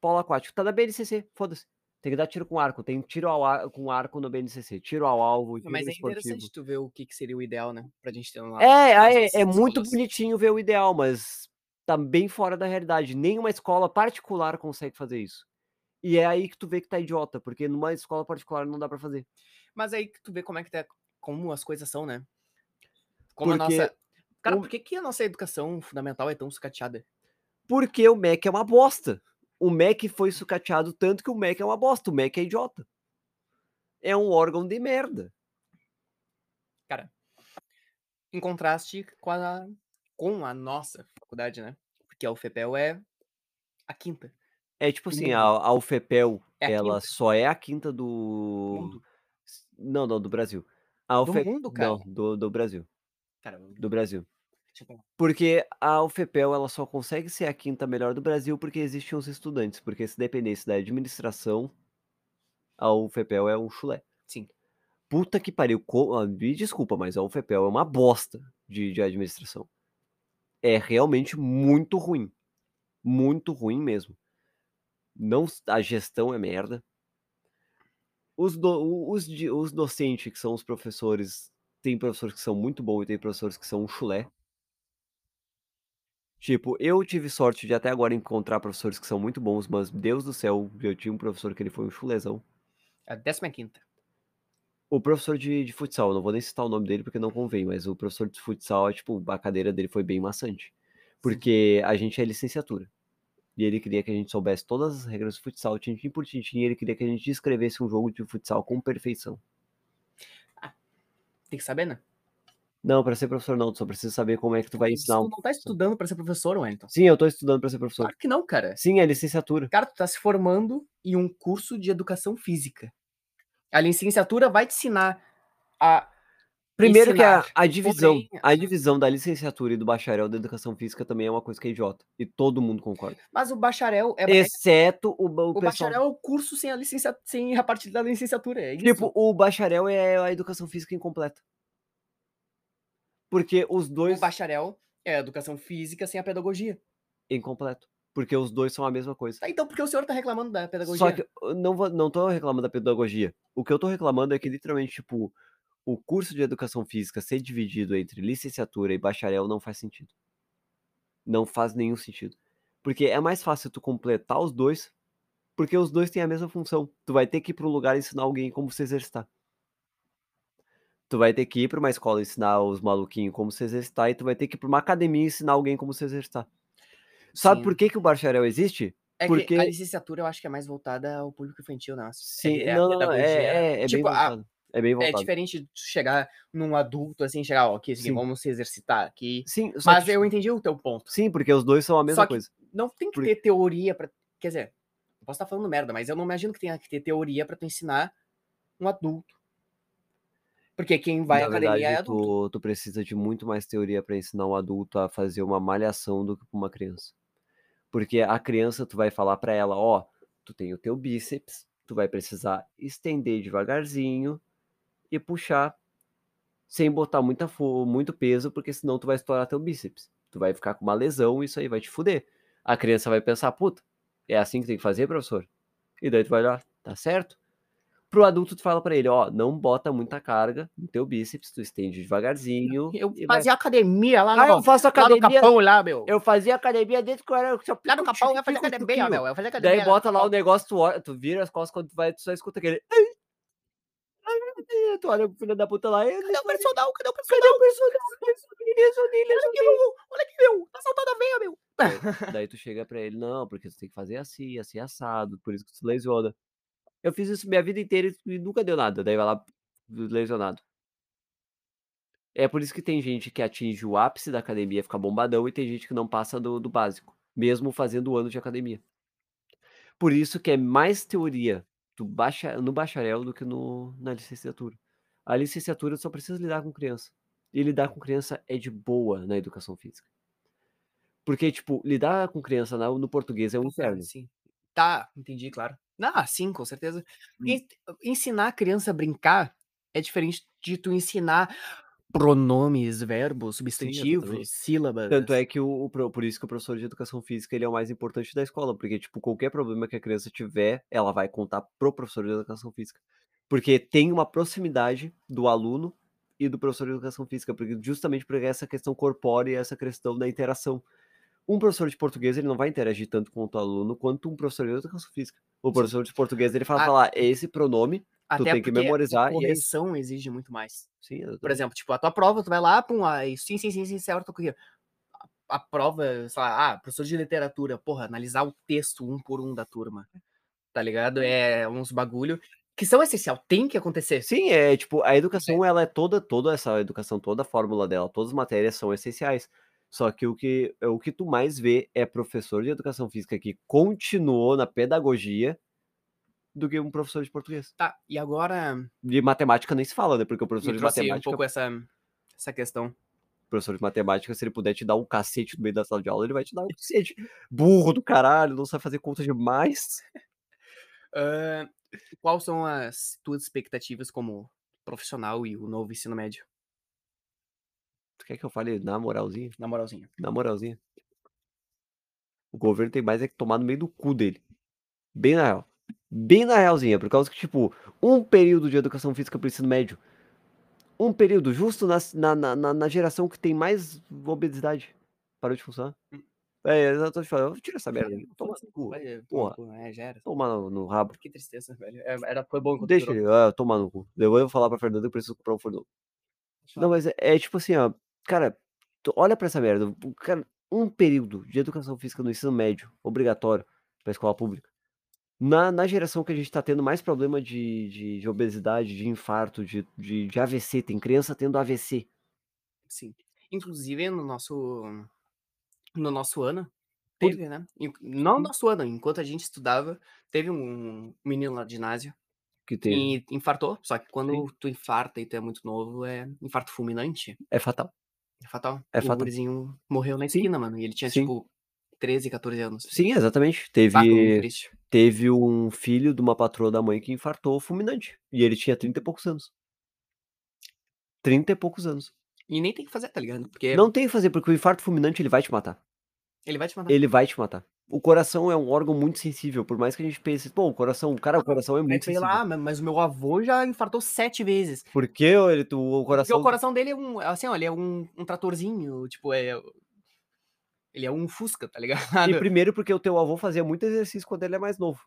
Polo aquático. Tá na BNCC, foda-se. Tem que dar tiro com arco. Tem tiro ao ar, com arco no BNCC. Tiro ao alvo, tiro
Mas é
esportivo.
interessante tu ver o que, que seria o ideal, né? Pra gente ter um lado.
É,
Mas
é,
essas
é muito
escolas-
bonitinho ver o ideal, mas tá bem fora da realidade. Nenhuma escola particular consegue fazer isso. E é aí que tu vê que tá idiota, porque numa escola particular não dá pra fazer.
Mas aí que tu vê como é que tá, como as coisas são, né? Como
Porque
a nossa. Cara,
o-
por que, que a nossa educação fundamental é tão sucateada?
Porque o Mac é uma bosta. O Mac foi sucateado tanto que o Mac é uma bosta. O Mac é idiota. É um órgão de merda.
Em contraste com a, com a nossa faculdade, né? Porque a UFPEL é a quinta.
É tipo assim,
Mundo.
a, a UFEPEL,
Uhum. É a
ela
quinta
só é a quinta
do
do.
mundo.
Não, não, do Brasil. A
Do
UFEP...
mundo, cara?
Não, do, do Brasil.
Cara, eu- tipo,
Do Brasil.
Deixa eu falar.
Porque a UFPEL ela só consegue ser a quinta melhor do Brasil porque existem os estudantes, porque se dependesse da administração, a UFPEL é um chulé.
Sim.
Puta que pariu, co- ah, me desculpa, mas a UFPEL é uma bosta de, de administração. É realmente muito ruim. Muito ruim mesmo. Não, s- a gestão é merda. Os, do- o- os, de- os docentes, que são os professores, tem professores que são muito bons e tem professores que são um chulé. Tipo, eu tive sorte de até agora encontrar professores que são muito bons, mas Deus do céu, eu tinha um professor que ele foi um chulezão.
A décima quinta.
O professor de, de futsal, eu não vou nem citar o nome dele porque não convém, mas o professor de futsal, é, tipo, a cadeira dele foi bem maçante. Porque a gente é licenciatura. E ele queria que a gente soubesse todas as regras do futsal, tintim por tintim, e ele queria que a gente descrevesse um jogo de futsal com perfeição.
Tem que saber, né?
Não, pra ser professor não, tu só precisa saber como é que tu vai ensinar.
Tu
um-
não tá estudando pra ser professor, Wellington.
Sim, eu tô estudando pra ser professor.
Claro que não, cara.
Sim, é licenciatura.
Cara, tu tá se formando em um curso de educação física. A licenciatura vai te ensinar a.
Primeiro que a,
ensinar. Tipo, assim.
a divisão,
porém,
a divisão da licenciatura e do bacharel da educação física também é uma coisa que é idiota. E todo mundo concorda.
Mas o bacharel é.
Exceto o, ba- o
O
pessoal.
bacharel é o curso sem a, licencia... sem a parte da licenciatura. É isso.
Tipo, o bacharel é a educação física incompleta. Porque os
o
dois.
bacharel é a educação física sem a pedagogia.
Incompleto. Porque os dois são a mesma coisa.
Tá, então por que o senhor tá reclamando da pedagogia?
Só que eu não, vou- não tô reclamando da pedagogia. O que eu tô reclamando é que literalmente, tipo, o curso de educação física ser dividido entre licenciatura e bacharel não faz sentido. Não faz nenhum sentido. Porque é mais fácil tu completar os dois, porque os dois têm a mesma função. Tu vai ter que ir para um lugar e ensinar alguém como se exercitar. Tu vai ter que ir para uma escola e ensinar os maluquinhos como se exercitar, e tu vai ter que ir para uma academia e ensinar alguém como se exercitar. Sabe
Sim.
por que, que o bacharel existe?
É
porque-
que a licenciatura eu acho que é mais voltada ao público infantil, né?
Sim,
é, a
não, não, não,
pedagogia-
é, é, é
tipo,
bem
a-
voltado. É bem
é
voltado.
diferente de tu chegar num adulto assim, chegar, ó, aqui,
Sim.
assim, vamos se exercitar aqui.
Sim, só
Mas
que-
eu entendi o teu ponto.
sim, porque os dois são a mesma
que-
coisa.
Não tem que
Por-
ter teoria pra. quer dizer, eu posso estar falando merda, mas eu não imagino que tenha que ter teoria pra tu ensinar um adulto. Porque quem vai
Na
à academia
verdade,
é adulto.
tu, tu precisa de muito mais teoria para ensinar um adulto a fazer uma malhação do que pra uma criança. Porque a criança, tu vai falar para ela, ó, tu tem o teu bíceps, tu vai precisar estender devagarzinho e puxar sem botar muita fo- muito peso, porque senão tu vai estourar teu bíceps. Tu vai ficar com uma lesão e isso aí vai te fuder. A criança vai pensar, puta, é assim que tem que fazer, professor? E daí tu vai lá, tá certo? Pro adulto tu fala pra ele, ó, não bota muita carga no teu bíceps, tu estende devagarzinho.
Eu
e vai-
fazia academia lá no,
Ah, eu faço
lá no
academia,
Capão, lá, meu.
eu fazia academia desde que eu era...
Lá no Capão eu fazia
Tico,
academia,
tiquinho.
meu. Eu fazia academia. né?
Daí
no
bota lá
Capão.
o negócio, tu, olha, tu vira as costas quando tu vai, tu só escuta aquele... Tu olha o filho da puta lá, ele...
Cadê o personal? Cadê o personal?
Cadê o personagem? Isso, isso,
Olha aqui, meu. Olha aqui, meu. Tá saltando a veia, meu.
Daí tu chega pra ele, não, porque tu tem que fazer assim, assim, assado, por isso que tu se lesiona. Eu fiz isso minha vida inteira e e nunca deu nada. Daí vai lá, lesionado. É por isso que tem gente que atinge o ápice da academia, fica bombadão, e tem gente que não passa do, do básico, mesmo fazendo o ano de academia. Por isso que é mais teoria do bacha, no bacharel do que no, na licenciatura. A licenciatura só precisa lidar com criança. E lidar com criança é de boa na educação física. Porque, tipo, lidar com criança na- no português é um
Tá,
inferno.
Sim. Tá, entendi, claro. Ah, sim, com certeza.
Hum.
Porque ensinar a criança a brincar é diferente de tu ensinar pronomes, verbos, substantivos,
exatamente.
sílabas.
Tanto é que o, o pro- por isso que o professor de educação física ele é o mais importante da escola, porque tipo qualquer problema que a criança tiver, ela vai contar pro professor de educação física, porque tem uma proximidade do aluno e do professor de educação física, porque justamente por essa questão corpórea, e essa questão da interação. Um professor de português ele não vai interagir tanto com o aluno quanto um professor de educação física. O professor de português ele fala,
Ah,
falar esse pronome,
Até
tem que
porque
memorizar e é isso.
A
Uhum.
correção exige muito mais.
sim,
Por
exatamente.
exemplo, tipo, a tua prova, tu vai lá, pum, aí, sim, sim, sim, sim, certo, tô aqui. A- A prova, sei lá, ah, professor de literatura, porra, analisar o texto um por um da turma, tá ligado?
Uhum.
É uns bagulho que são essencial, tem que acontecer.
Sim, é tipo,
Né.
a educação ela é toda, toda essa educação, toda a fórmula dela, todas as matérias são essenciais. Só que o que, é o que tu mais vê é professor de educação física que continuou na pedagogia do que um professor de português.
Tá, e agora
De matemática nem se fala, né? Porque o professor
me
de
trouxe um
matemática.
pouco essa, essa questão
professor de matemática, se ele puder te dar um cacete no meio da sala de aula, ele vai te dar um cacete. Burro do caralho, não sabe fazer conta demais.
Ah, quais são as tuas expectativas como profissional e o novo ensino médio?
Tu quer que eu fale na moralzinha?
Na moralzinha.
Na moralzinha. O governo tem mais é que tomar no meio do cu dele. Bem na real. Bem na realzinha, por causa que, tipo, um período de educação física pro ensino médio. Um período justo nas- na, na, na, na geração que tem mais obesidade. Parou de funcionar? É, eu tô te falando, tira essa merda. aí, Toma no cu.
Vai, toma
porra.
no cu, é, já era.
Toma no, no rabo.
Que tristeza, velho. É, Era, foi bom enquanto
Deixa
durou.
ele ah, tomar no cu. Depois eu vou falar pra Fernando que eu preciso comprar um forno. Não, mas é, é tipo assim, ó. Cara, tu olha pra essa merda. o Cara, um período de educação física no ensino médio, obrigatório, pra escola pública. Na, na geração que a gente tá tendo mais problema de, de, de obesidade, de infarto, de, de, de AVC, tem criança tendo AVC.
Sim. Inclusive, no nosso. No nosso ano,
Put-
teve, né? Em- Não no nosso ano, enquanto a gente estudava, teve um menino lá de ginásio
Que tem.
que infartou. Só que quando tu infarta e tu é muito novo, é infarto fulminante.
É fatal.
É fatal.
É
o
fatal.
gurizinho morreu na
Sim.
esquina, mano. E ele tinha,
Sim.
tipo, 13, 14 anos.
Sim, exatamente.
Saca, muito
Teve,
um triste.
teve um filho de uma patroa da mãe que infartou fulminante. E ele tinha 30 e poucos anos. 30 e poucos anos.
E nem tem o que fazer, tá ligado? Porque
Não tem o que fazer, porque o infarto fulminante ele vai te matar.
ele vai te matar.
Ele vai te matar. O coração é um órgão muito sensível, por mais que a gente pense, pô, o coração, cara, o coração é
Aí
muito
tu vê
sensível.
lá, "Ah, mas- mas o meu avô já infartou sete vezes.
Por que ele, tu- o
Porque
coração.
o coração dele é um, assim, ó, ele é um, um tratorzinho, tipo, é... Ele é um Fusca, tá ligado?
E primeiro porque o teu avô fazia muito exercício quando ele é mais novo.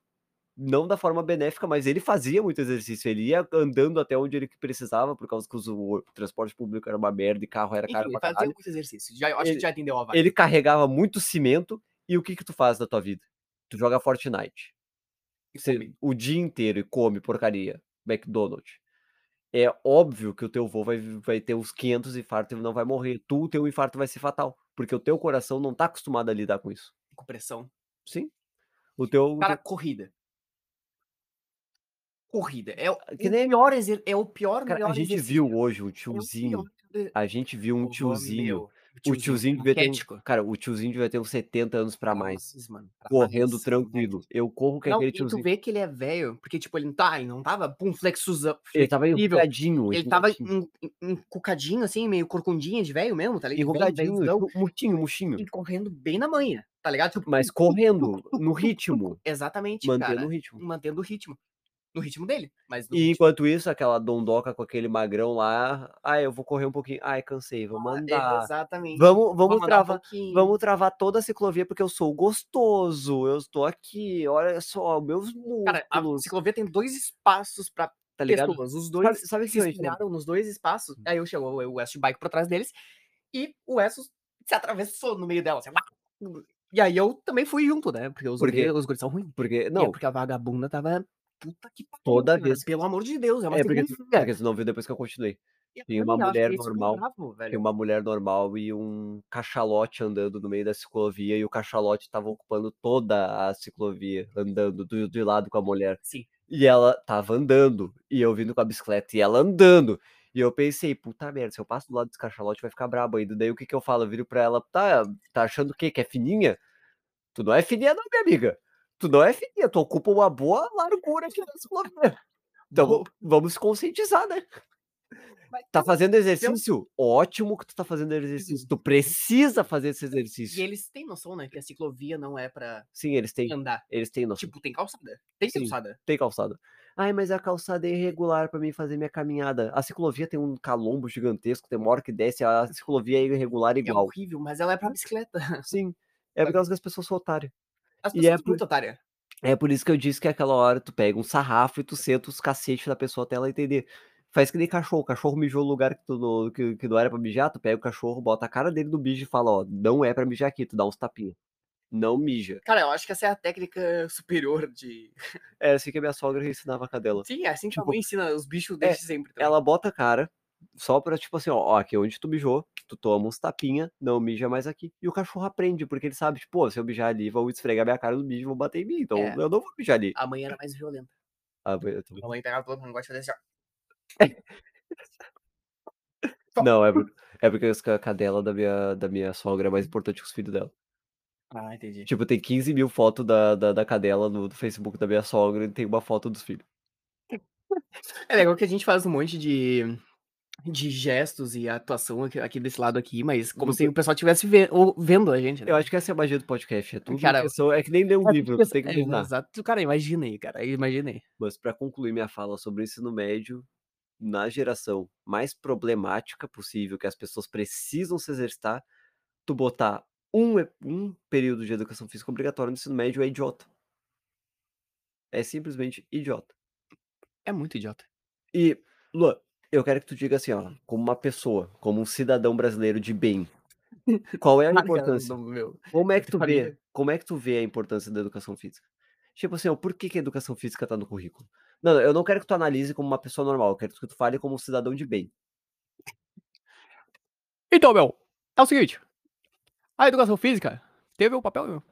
Não da forma benéfica, mas ele fazia muito exercício. Ele ia andando até onde ele precisava, por causa que os- o transporte público era uma merda e carro era
Enfim,
caro
ele
pra
fazia
caralho.
muito exercício. Já, eu acho
Ele-
que já entendeu a vibe.
Ele carregava muito cimento. E o que que tu faz da tua vida? Tu joga Fortnite.
E
Você-
come.
o dia inteiro e come porcaria, McDonald's. É óbvio que o teu vô vai, vai ter uns 500 infartos e não vai morrer. Tu, o teu infarto vai ser fatal, porque o teu coração não tá acostumado a lidar com isso.
com pressão.
Sim. O teu, o
Cara,
teu-
corrida. Corrida. É o,
Que
o
nem-
pior exer- é o pior
cara,
melhor
a gente
exercício.
viu hoje um
É o
tiozinho,
pior-
a gente viu um
Ô,
tiozinho,
meu,
o tiozinho devia ter, um-
atlético.
cara, o tiozinho devia ter uns 70 anos pra mais,
Rapazes, mano,
correndo
rapazes,
tranquilo.
moleques.
Eu corro que
tá né. Não,
aquele
e tu
tiozinho,
vê que ele é velho, porque, tipo, ele não tá, ele não tava, pum, flexuzão,
ele tá tava
flexível.
enrugadinho,
é Ele tava
enrugadinho,
en- en- encucadinho, assim, meio corcundinha de velho mesmo, tá ligado? Velho,
enrugadinho,
velhozão,
tipo, murchinho, murchinho,
e correndo bem na manhã, tá ligado? Tipo,
mas
tum, tum,
correndo
tum,
no
tum, tum,
ritmo,
Exatamente,
mantendo
cara.
o ritmo.
Mantendo o ritmo. No ritmo dele, mas no
E
ritmo.
enquanto isso, aquela dondoca com aquele magrão lá, ah, eu vou correr um pouquinho. Ai, cansei, vou mandar.
é Exatamente.
Vamos,
Vou
vamos
mandar um
travar,
pouquinho.
vamos travar toda a ciclovia porque eu sou gostoso. Eu estou aqui, olha só, meus
Cara, a
músculos,
ciclovia tem dois espaços pra
tá ligado?
pessoas. Os
Sabe,
dois
sabe o que
se
eu entendo?
espelharam nos dois
Hum.
espaços. Aí eu chego, o West Bike por trás deles. E o West se atravessou no meio dela. assim, uá. e aí eu também fui junto, né? Porque os,
Por quê?
guri- os guris são ruins.
Porque
E é
não,
porque a vagabunda tava. Puta que pariu.
Toda
cara,
vez que-
Pelo amor de Deus, é uma
é porque tu,
cirurgia.
porque tu não viu depois que eu continuei.
E
Tem
olha,
uma
eu achei
mulher
super
normal,
bravo,
tem
velho.
uma mulher normal e um cachalote andando no meio da ciclovia e o cachalote tava ocupando toda a ciclovia andando do, do lado com a mulher.
Sim.
E ela tava andando. E eu vindo com a bicicleta e ela andando. E eu pensei, puta merda, se eu passo do lado desse cachalote vai ficar brabo ainda. Daí o que que eu falo? Eu viro pra ela, tá, tá achando o quê? Que é fininha? Tu não é fininha não, minha amiga. Tu não é fininha, tu ocupa uma boa largura aqui na ciclovia. Então
Boa.
vamos se conscientizar, né?
Mas
Tá
Então
fazendo exercício? Ótimo que tu tá fazendo exercício. Tu precisa fazer esse
Uhum. E
exercício.
eles têm noção, né? Que a ciclovia não é pra
Sim, eles têm,
andar.
eles têm noção.
Tipo, tem calçada. Tem
Sim.
calçada.
tem calçada. Ai, mas a calçada é irregular pra mim fazer minha caminhada. A ciclovia tem um calombo gigantesco, tem uma hora que desce, a ciclovia é irregular
É
igual.
horrível, mas ela é pra bicicleta.
Sim. É por causa que as pessoas são otárias.
As
E é
pessoas são
por-
muito otárias.
É por isso que eu disse que aquela hora tu pega um sarrafo e tu senta os cacetes da pessoa até ela entender. Faz que nem cachorro. O cachorro mijou no lugar que, tu não, que, que não era pra mijar, tu pega o cachorro, bota a cara dele no bicho e fala, ó, não é pra mijar aqui, tu dá uns tapinha. Não mija.
Cara, eu acho que essa é a técnica superior de.
É assim que a minha sogra ensinava a cadela.
Sim, é assim que a
Tipo,
mãe ensina os bichos desde sempre. tá também.
ela bota a cara só pra, tipo assim, ó, ó, aqui onde tu mijou, tu toma uns tapinha, não mija mais aqui. E o cachorro aprende, porque ele sabe, tipo, pô, se eu mijar ali, vão esfregar minha cara no bicho, e vão bater em mim, então
É.
eu não vou mijar ali.
A mãe era mais violenta.
Ah, eu tô-
A mãe pegava todo mundo, gosta de fazer assim, ó.
Não, é, por- É porque as ca- a cadela da minha, da minha sogra é mais importante que os filhos dela.
Ah, entendi.
Tipo, tem 15 mil fotos da, da, da cadela no, do Facebook da minha sogra e tem uma foto dos filhos.
É legal que a gente faz um monte de, de gestos e atuação aqui, aqui desse lado aqui, mas como
Nunca-
se o pessoal estivesse ve- ou- vendo a gente, né?
Eu acho que essa é a magia do podcast. É tudo
Cara,
questão- é que nem ler um
É,
livro,
porque-
tem que
é,
imaginar.
Exato. Cara, imaginei, cara. Imaginei.
Mas para concluir minha fala sobre o ensino médio, na geração mais problemática possível, que as pessoas precisam se exercitar, tu botar um, e- um período de educação física obrigatória no ensino médio é idiota. É simplesmente idiota.
É muito idiota.
E, Luan, eu quero que tu diga assim, ó, como uma pessoa, como um cidadão brasileiro de bem, qual é a
Marca
importância?
do Ah, meu-
Como é que tu vê?
Família.
Como é que tu vê a importância da educação física? Tipo assim, ó, por que, que a educação física tá no currículo? Não, eu não quero que tu analise como uma pessoa normal, eu quero que tu fale como um cidadão de bem.
Então, meu, é o seguinte. A educação física teve um papel meu.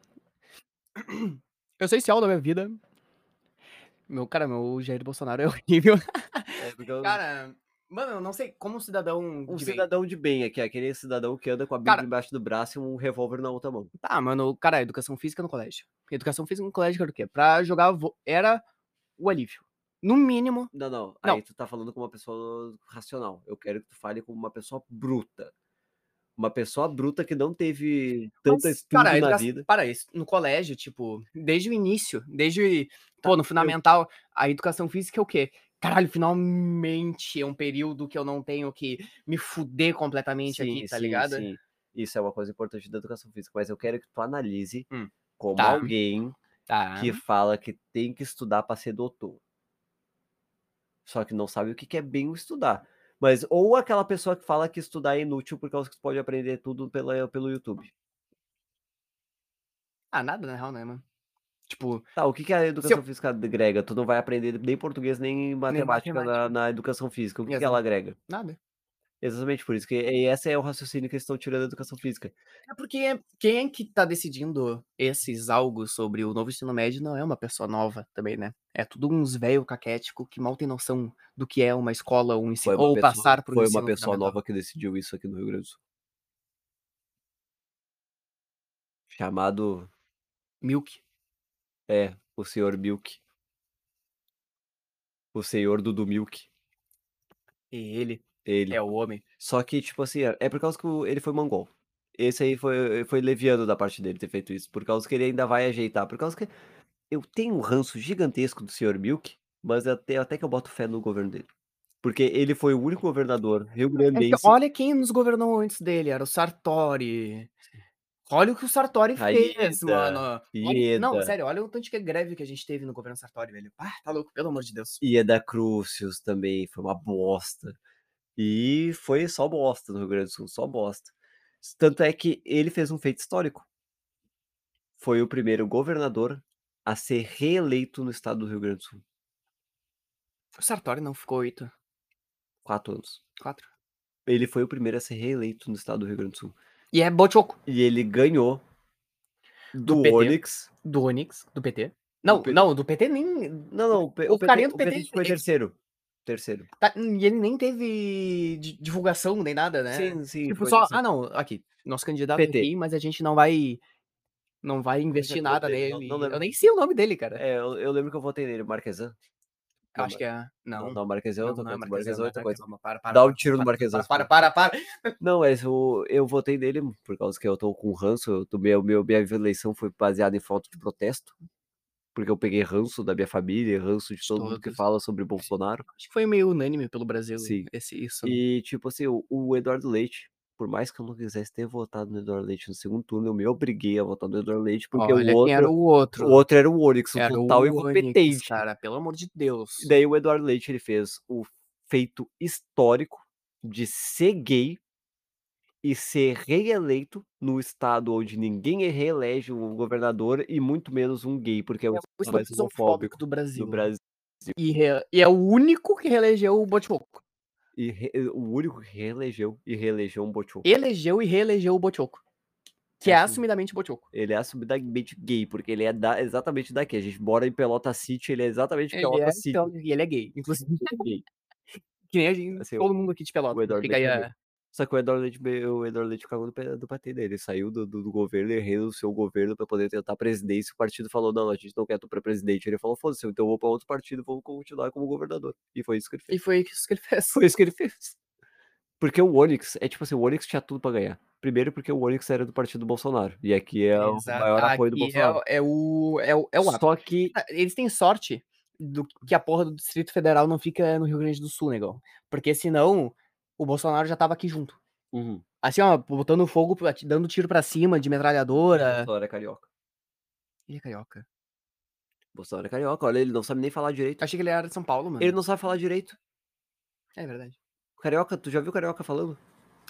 essencial é da minha vida. Meu, cara, meu Jair Bolsonaro é horrível. É, Cara, mano, eu não sei como um cidadão.
é um
de bem-
cidadão de bem é que é aquele cidadão que anda com a Bíblia
Cara-
embaixo do braço e um revólver na outra mão.
Tá, mano, cara, educação física no colégio. Educação física no colégio era o quê? Pra jogar vo- era o alívio. No mínimo,
Não, não,
Não.
aí tu tá falando com uma pessoa racional. Eu quero que tu fale como uma pessoa bruta. Uma pessoa bruta que não teve tanto
Mas, é
estudo
a
na
educa-
vida.
Para isso, no colégio, tipo, desde o início, desde, pô, no fundamental, a educação física é o quê? Caralho, finalmente é um período que eu não tenho que me fuder completamente aqui, tá ligado?
sim. Isso é uma coisa importante da educação física, mas eu quero que tu analise
Hum.
como
Tá.
alguém
Tá.
que fala que tem que estudar para ser doutor. Só que não sabe o que que é bem o estudar. Mas ou aquela pessoa que fala que estudar é inútil porque você pode aprender tudo pela, pelo YouTube.
Ah, nada, na real, né, mano? Tipo,
Tá, o que, que a educação física agrega? Tu não vai aprender nem português nem matemática, Na,
matemática.
na educação física. O que, que
Exato.
ela agrega?
nada.
Exatamente por isso. que e esse é o raciocínio que eles estão tirando da educação física.
É porque quem é que tá decidindo esses algo sobre o novo ensino médio não é uma pessoa nova também, né? É tudo uns velho caquético que mal tem noção do que é uma escola, um ensino,
uma
ou
pessoa-
passar por um
foi
ensino
uma pessoa
fundamental.
nova que decidiu isso aqui no Rio Grande do Sul. Chamado,
Milk.
é, o senhor Milk. O senhor Dudu Milk.
E ele
Ele.
é o homem.
Só que, tipo assim, é é por causa que o- ele foi mongol. Esse aí foi, foi leviano da parte dele ter feito isso. Por causa que ele ainda vai ajeitar. Por causa que eu tenho um ranço gigantesco do senhor Milk, mas até, até que eu boto fé no governo dele. Porque ele foi o único governador
É que
rio-grandense
olha quem nos governou antes dele, era o Sartori. Olha o que o Sartori fez,
Caída,
mano. Olha- não,
Ieda.
sério, olha o tanto de greve que a gente teve no governo Sartori, velho. Ah, tá louco, pelo amor de Deus.
Ieda Crucius também foi uma bosta. E foi só bosta no Rio Grande do Sul, só bosta. S- Tanto é que ele fez um feito histórico. Foi o primeiro governador a ser reeleito no estado do Rio Grande do Sul.
O Sartori não ficou oito,
Quatro anos.
quatro.
Ele foi o primeiro a ser reeleito no estado do Rio Grande do Sul.
E é Bochoco,
E ele ganhou do,
PT.
Onyx.
do Onix, do PT. Não,
PT.
não, do PT nem.
Não, não, o, P-
O carinha do
o
PT,
PT foi
ele-
terceiro. Terceiro.
tá- e ele nem teve di- divulgação nem nada, né?
Sim, sim.
tipo,
foi
só.
terceiro.
Ah, não, aqui. Nosso candidato
PT.
aqui, mas a gente não vai. Não vai investir
lembro
nada
dele, não-
nele.
não lembro.
eu nem sei o nome dele, cara.
É, eu, eu lembro que eu votei nele, Marquesan.
Eu acho que é. Não.
Não, Marquesan é outra coisa. Marquesan é outra coisa.
Para, para,
Dá
para,
um tiro no
para,
Marquesão. se
Para,
for.
para, para, para.
Não, mas eu, eu votei nele por causa que eu tô com ranço. Eu, tô- meu, meu, minha eleição foi baseada em falta de protesto. Porque eu peguei ranço da minha família, ranço de todo mundo que
Todos.
fala sobre Bolsonaro.
Acho que foi meio unânime pelo Brasil
Sim.
esse, isso. né?
E, tipo assim, o, o Eduardo Leite, por mais que eu não quisesse ter votado no Eduardo Leite no segundo turno, eu me obriguei a votar no Eduardo Leite, porque
Olha
o,
quem era
outro,
o
o
outro.
outro era o Onyx, o
Era
total
o Onix,
incompetente.
cara, pelo amor de Deus.
E daí o Eduardo Leite ele fez o feito histórico de ser gay e ser reeleito no estado onde ninguém reelege um governador e muito menos um gay, porque é o
o
estado mais
estado
homofóbico
do Brasil.
do Brasil.
E, re- e é o único que reelegeu o Boticoco.
E re- o único que reelegeu e reelegeu um Bochoco.
Elegeu e reelegeu o Boticoco. Que é
Assim.
assumidamente Boticoco.
Ele é assumidamente gay, porque ele é da- exatamente daqui. A gente mora em Pelota City, ele é exatamente
Ele
Pelota
é,
City.
então, e ele é gay, inclusive.
gay.
Que nem a gente,
Assim,
todo mundo aqui de Pelotas.
Eduardo
Fica aí ah,
Leite é
a-
Só que o Eduardo Leite, be- o Eduardo Leite cagou do, pe- do patê dele. Ele saiu do, do, do governo, ele renunciou ao governo pra poder tentar a presidência. O partido falou: não, a gente não quer tu pra presidente. Ele falou: foda-se, então eu vou pra outro partido, vou continuar como governador. E foi isso que ele fez.
E foi isso que ele fez.
Foi isso que ele fez. Porque o Onyx, é tipo assim, o Onyx tinha tudo pra ganhar. Primeiro porque o Onyx era do partido do Bolsonaro. E aqui é o
Exato.
maior apoio do
Aqui é
Bolsonaro.
o- É, o. É o, é o ápice.
Só que
Ah, Eles têm sorte do que a porra do Distrito Federal não fica no Rio Grande do Sul, negão. Porque senão o Bolsonaro já tava aqui junto.
Uhum.
Assim, ó, botando fogo, pra- dando tiro pra cima de metralhadora.
Bolsonaro é carioca.
Ele é carioca.
Bolsonaro é carioca, olha, ele não sabe nem falar direito.
Achei que ele era de São Paulo, mano.
Ele não sabe falar direito.
É verdade.
Carioca, tu já viu carioca falando?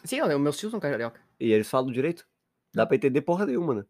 Sim, ó, meus tios são é um carioca.
E eles falam direito? Dá pra entender porra nenhuma, né?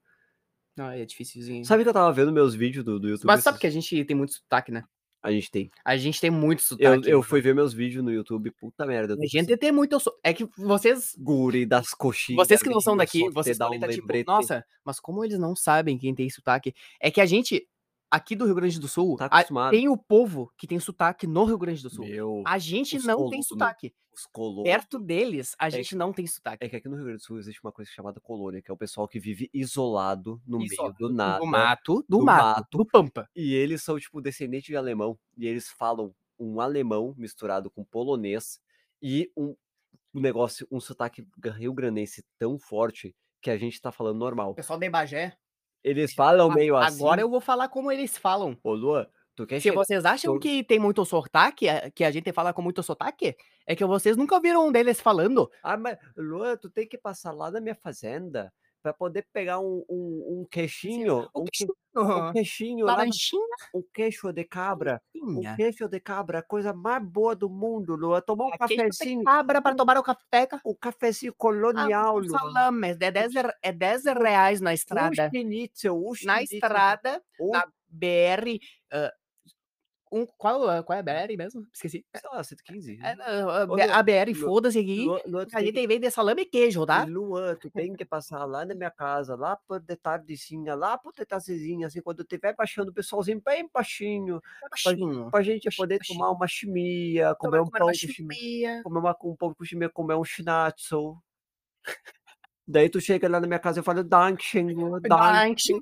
Não, é difícilzinho.
Sabe que eu tava vendo meus vídeos do, do YouTube?
Mas sabe
esses-
que a gente tem muito sotaque, né?
A gente tem.
A gente tem muito
Eu,
sotaque.
eu
mano.
fui ver meus vídeos no YouTube, puta merda. eu tô
A gente tem muito. so- É que vocês.
Guri das coxinhas.
Vocês que não são
menina, só
daqui,
te
vocês
dá
podem
um
estar tipo,
lembrete.
nossa, mas como eles não sabem quem tem sotaque? É que a gente, aqui do Rio Grande do Sul,
Tá
a-
acostumado.
tem o povo que tem sotaque no Rio Grande do Sul.
Meu,
A gente
os
não
colo-
tem
no-
sotaque.
os colonos.
Perto deles, a gente
que-
não tem sotaque.
É que aqui no Rio Grande do Sul existe uma coisa chamada colônia, que é o pessoal que vive isolado no
Isolado,
meio do nada.
do mato, do,
do
mato,
mato.
do pampa.
E eles são, tipo, descendentes de alemão. E eles falam um alemão misturado com polonês e um, um negócio, um sotaque rio-grandense tão forte que a gente tá falando normal.
O pessoal de Bagé.
Eles falam
a-
meio assim.
Agora eu vou falar como eles falam.
Ô, Luan, tu quer
Se
chegar.
vocês acham
eu-
que tem muito sotaque, a- que a gente fala com muito sotaque, é que vocês nunca viram um deles falando.
Ah, mas, Luan, tu tem que passar lá na minha fazenda pra poder pegar um, um, um queixinho. Um, que- um queixinho, lá,
Laranjinha.
um queixo de cabra. Um queixo de cabra, a coisa mais boa do mundo, Luan. Tomar um
Aquele que tem
cafezinho,
Cabra para tomar o café. cara.
um cafezinho
Ah,
colonial,
um
Luan.
salame, é 10, re- é 10 reais na estrada.
O schnitzel, o
Na
schnitzel,
estrada,
o-
na BR. ah, um, qual, ah, qual é a BR mesmo? Esqueci.
sei lá, 115.
É, ah, ah,
Ô,
B-
Lu-
a BR,
Lu-
foda-se aqui.
Luan, Luan, tu
A
tem
gente
que-
tem vende salame e queijo, tá?
Luan, tu tem que passar lá na minha casa, lá por de tardezinha, lá por de tardezinha, assim, quando tiver baixando o pessoalzinho bem tá baixinho,
Baixinho.
pra gente
Baixinho,
poder
baixinho.
tomar uma chimia, comer um
Tomar
pão
uma
com chimia,
chimia.
comer uma, um pão com chimia, comer um schnitzel. Daí tu chega lá na minha casa e fala, Dankeschön, Luan, Dank.
Baixinho.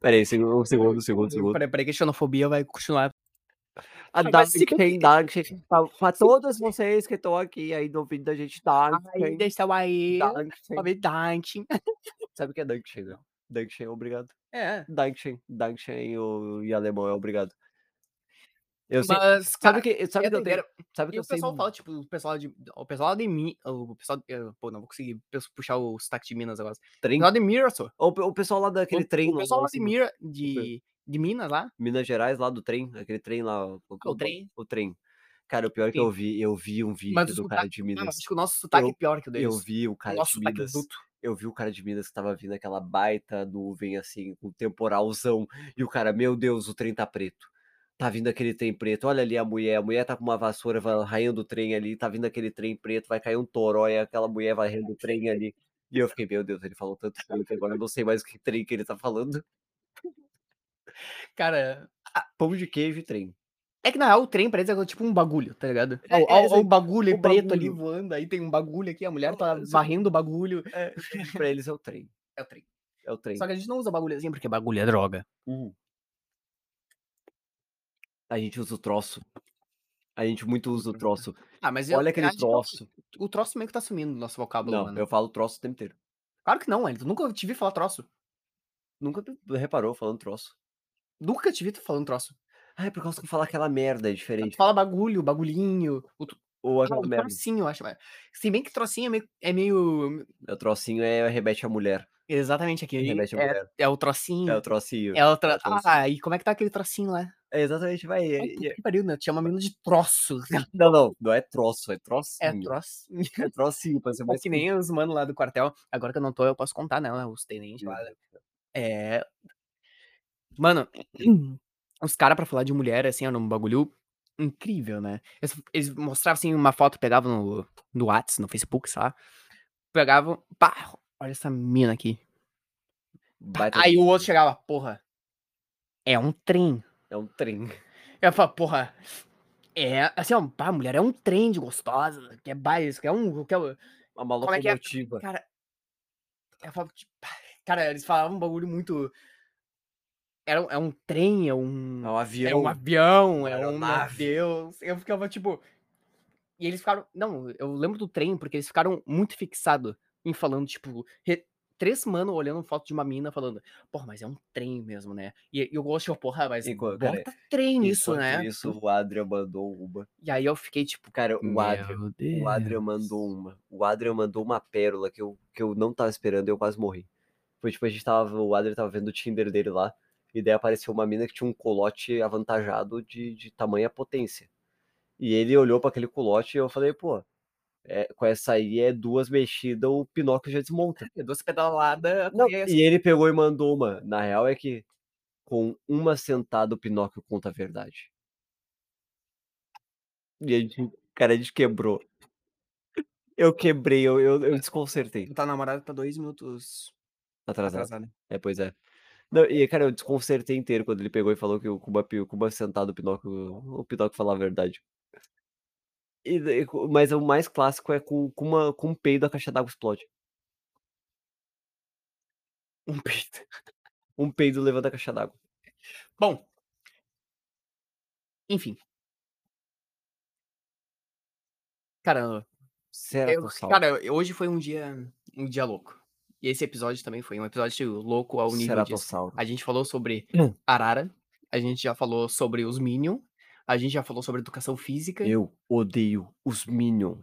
Peraí, segundo, um segundo, um segundo, um segundo.
Peraí, peraí, que a xenofobia vai continuar.
A
Ai, mas se
Dankeschön, Dankeschön. Pra, pra todos vocês que estão aqui ainda ouvindo a gente,
Aí,
Dankeschön.
deixa o aí.
Dankeschön.
Sabe, Dantin.
Sabe o que é Dankeschön, né? Dankeschön é obrigado.
É.
Dankeschön. Dankeschön em, o- em alemão é obrigado. Eu sei.
Mas,
Sabe
cara,
o que, sabe
é
o que eu tenho?
doideira.
Sabe o que
E
eu
o
sei?
pessoal
mu-
fala, tipo, o pessoal de. O pessoal de mim. O pessoal. eh, Pô, não vou conseguir pes- puxar o sotaque de Minas agora. O
Trem?
pessoal de Minas, só.
O, pe- o pessoal lá daquele
O-
trem.
O
lá,
pessoal lá
nossa,
de
do-
Mira, de, de Minas lá.
Minas Gerais, lá do trem. Aquele trem lá. O,
Ah, o trem.
O trem. Cara, o pior é que
Enfim.
eu vi, eu vi um vídeo
Mas o
do cara
sotaque-
de
Ah, mas
Minas.
acho que o nosso sotaque
Eu-
é pior que o deles.
Eu vi o
o
cara
nosso
de
sotaque é
Minas.
bruto.
Eu vi o cara de Minas que tava vindo aquela baita nuvem, assim, com temporalzão. E o cara, meu Deus, o trem tá preto. Tá vindo aquele trem preto. Olha ali a mulher. A mulher tá com uma vassoura va- raiando o trem ali. Tá vindo aquele trem preto. Vai cair um torói. Aquela mulher varrendo o trem ali. E eu fiquei, meu Deus, ele falou tanto trem que agora eu não sei mais que trem que ele tá falando.
Cara.
Pão de queijo e trem.
É que na real o trem pra eles é tipo um bagulho, tá ligado?
É,
Ó,
é,
ó, ó
assim,
o bagulho
o
preto ali
bagulho.
voando, aí tem um bagulho aqui, a mulher
Ó,
tá
assim,
varrendo o bagulho.
pra eles é o trem.
É o trem.
É o trem.
Só que a gente não usa bagulho assim porque bagulho é droga.
Hum. A gente usa o troço. A gente muito usa o troço.
Ah, mas eu-
Olha
a
aquele
gente não-
troço.
o troço meio que tá sumindo do nosso vocábulo,
Não,
mano.
eu falo troço o tempo inteiro.
Claro que não, Elton. Nunca te vi falar troço.
Nunca tu reparou eu falando troço.
Nunca te vi tu falando troço.
Ah, é por causa que eu falar aquela merda é
Tu
diferente.
fala bagulho, bagulhinho. O, tro-
Ou
ah,
aquela
o
merda.
trocinho, eu acho. mas- Se bem que trocinho é meio. É meio
O trocinho é remete à mulher.
exatamente aqui.
Remete à
É,
mulher.
é o
É
trocinho.
o trocinho.
É o tro...
trocinho.
Ah, e como é que tá aquele trocinho lá?
É exatamente, vai. é-
Ai,
é-
puta que pariu, né? Chama menino de troço.
Não, não, não é troço, é
É
trocinho.
trocinho.
É trocinho, pra ser
Mas
mais
Tá que nem os manos lá do quartel. Agora que eu não tô, eu posso contar, né? Os tenentes lá.
curtinho.
É. Mano, os caras pra falar de mulher, assim, era um bagulho incrível, né? Eles, eles mostravam, assim, uma foto, pegavam no, no Whats, no Facebook, sei lá. Pegavam, pá, olha essa mina aqui.
Baita-
Aí o outro chegava, porra, é um trem.
É um trem.
Eu falava, porra, É, assim, ó, pá, mulher é um trem de gostosa, que é baile, que é um. Que é, o-
Uma maluca
Como é que é?
locomotiva.
cara. eu falo, tipo, cara, eles falavam um bagulho muito. Era, um- é um trem, é um.
É um avião.
É um avião, é um
aeronave.
navio. Eu ficava tipo. E eles ficaram. Não, eu lembro do trem, porque eles ficaram muito fixados em falando, tipo. re- Três mano olhando foto de uma mina falando, porra, mas é um trem mesmo, né? E e eu gosto de, porra, mas
Enquanto- cara,
bota trem nisso,
Enquanto
né?
Isso, o Adrian mandou uma.
E aí eu fiquei tipo,
Cara, o Adrian.
meu
O Adrian
Deus.
mandou uma. O Adrian mandou uma pérola que eu, que eu não tava esperando e eu quase morri. Foi tipo, a gente tava. O Adrian tava vendo o Tinder dele lá. E daí apareceu uma mina que tinha um colote avantajado de, de tamanha potência. E ele olhou pra aquele colote e eu falei, pô, é, com essa aí é duas mexidas, o Pinóquio já desmonta.
Duas pedaladas,
um Não,
conheço.
e assim ele pegou e mandou uma. Na real é que com uma sentada o Pinóquio conta a verdade. E a gente, cara, a gente quebrou. Eu quebrei, eu, eu, eu desconcertei.
Tá namorado tá dois minutos
Atrasado.
atrasado.
É, pois é. Não, e, cara, eu desconcertei inteiro quando ele pegou e falou que o Cuba, o Cuba sentado, o Pinóquio, o Pinóquio falava a verdade. E daí co- mas o mais clássico é com, com, uma, com um peido a caixa d'água explode.
Um peito.
Um peido levando a caixa d'água.
Bom. Enfim. Cara,
Será
eu, cara, eu- hoje foi um dia, um dia louco. E esse episódio também foi um episódio louco ao nível de...
Ceratossauro.
A gente falou sobre
Hum.
Arara, a gente já falou sobre os Minion, a gente já falou sobre educação física.
Eu odeio os Minion.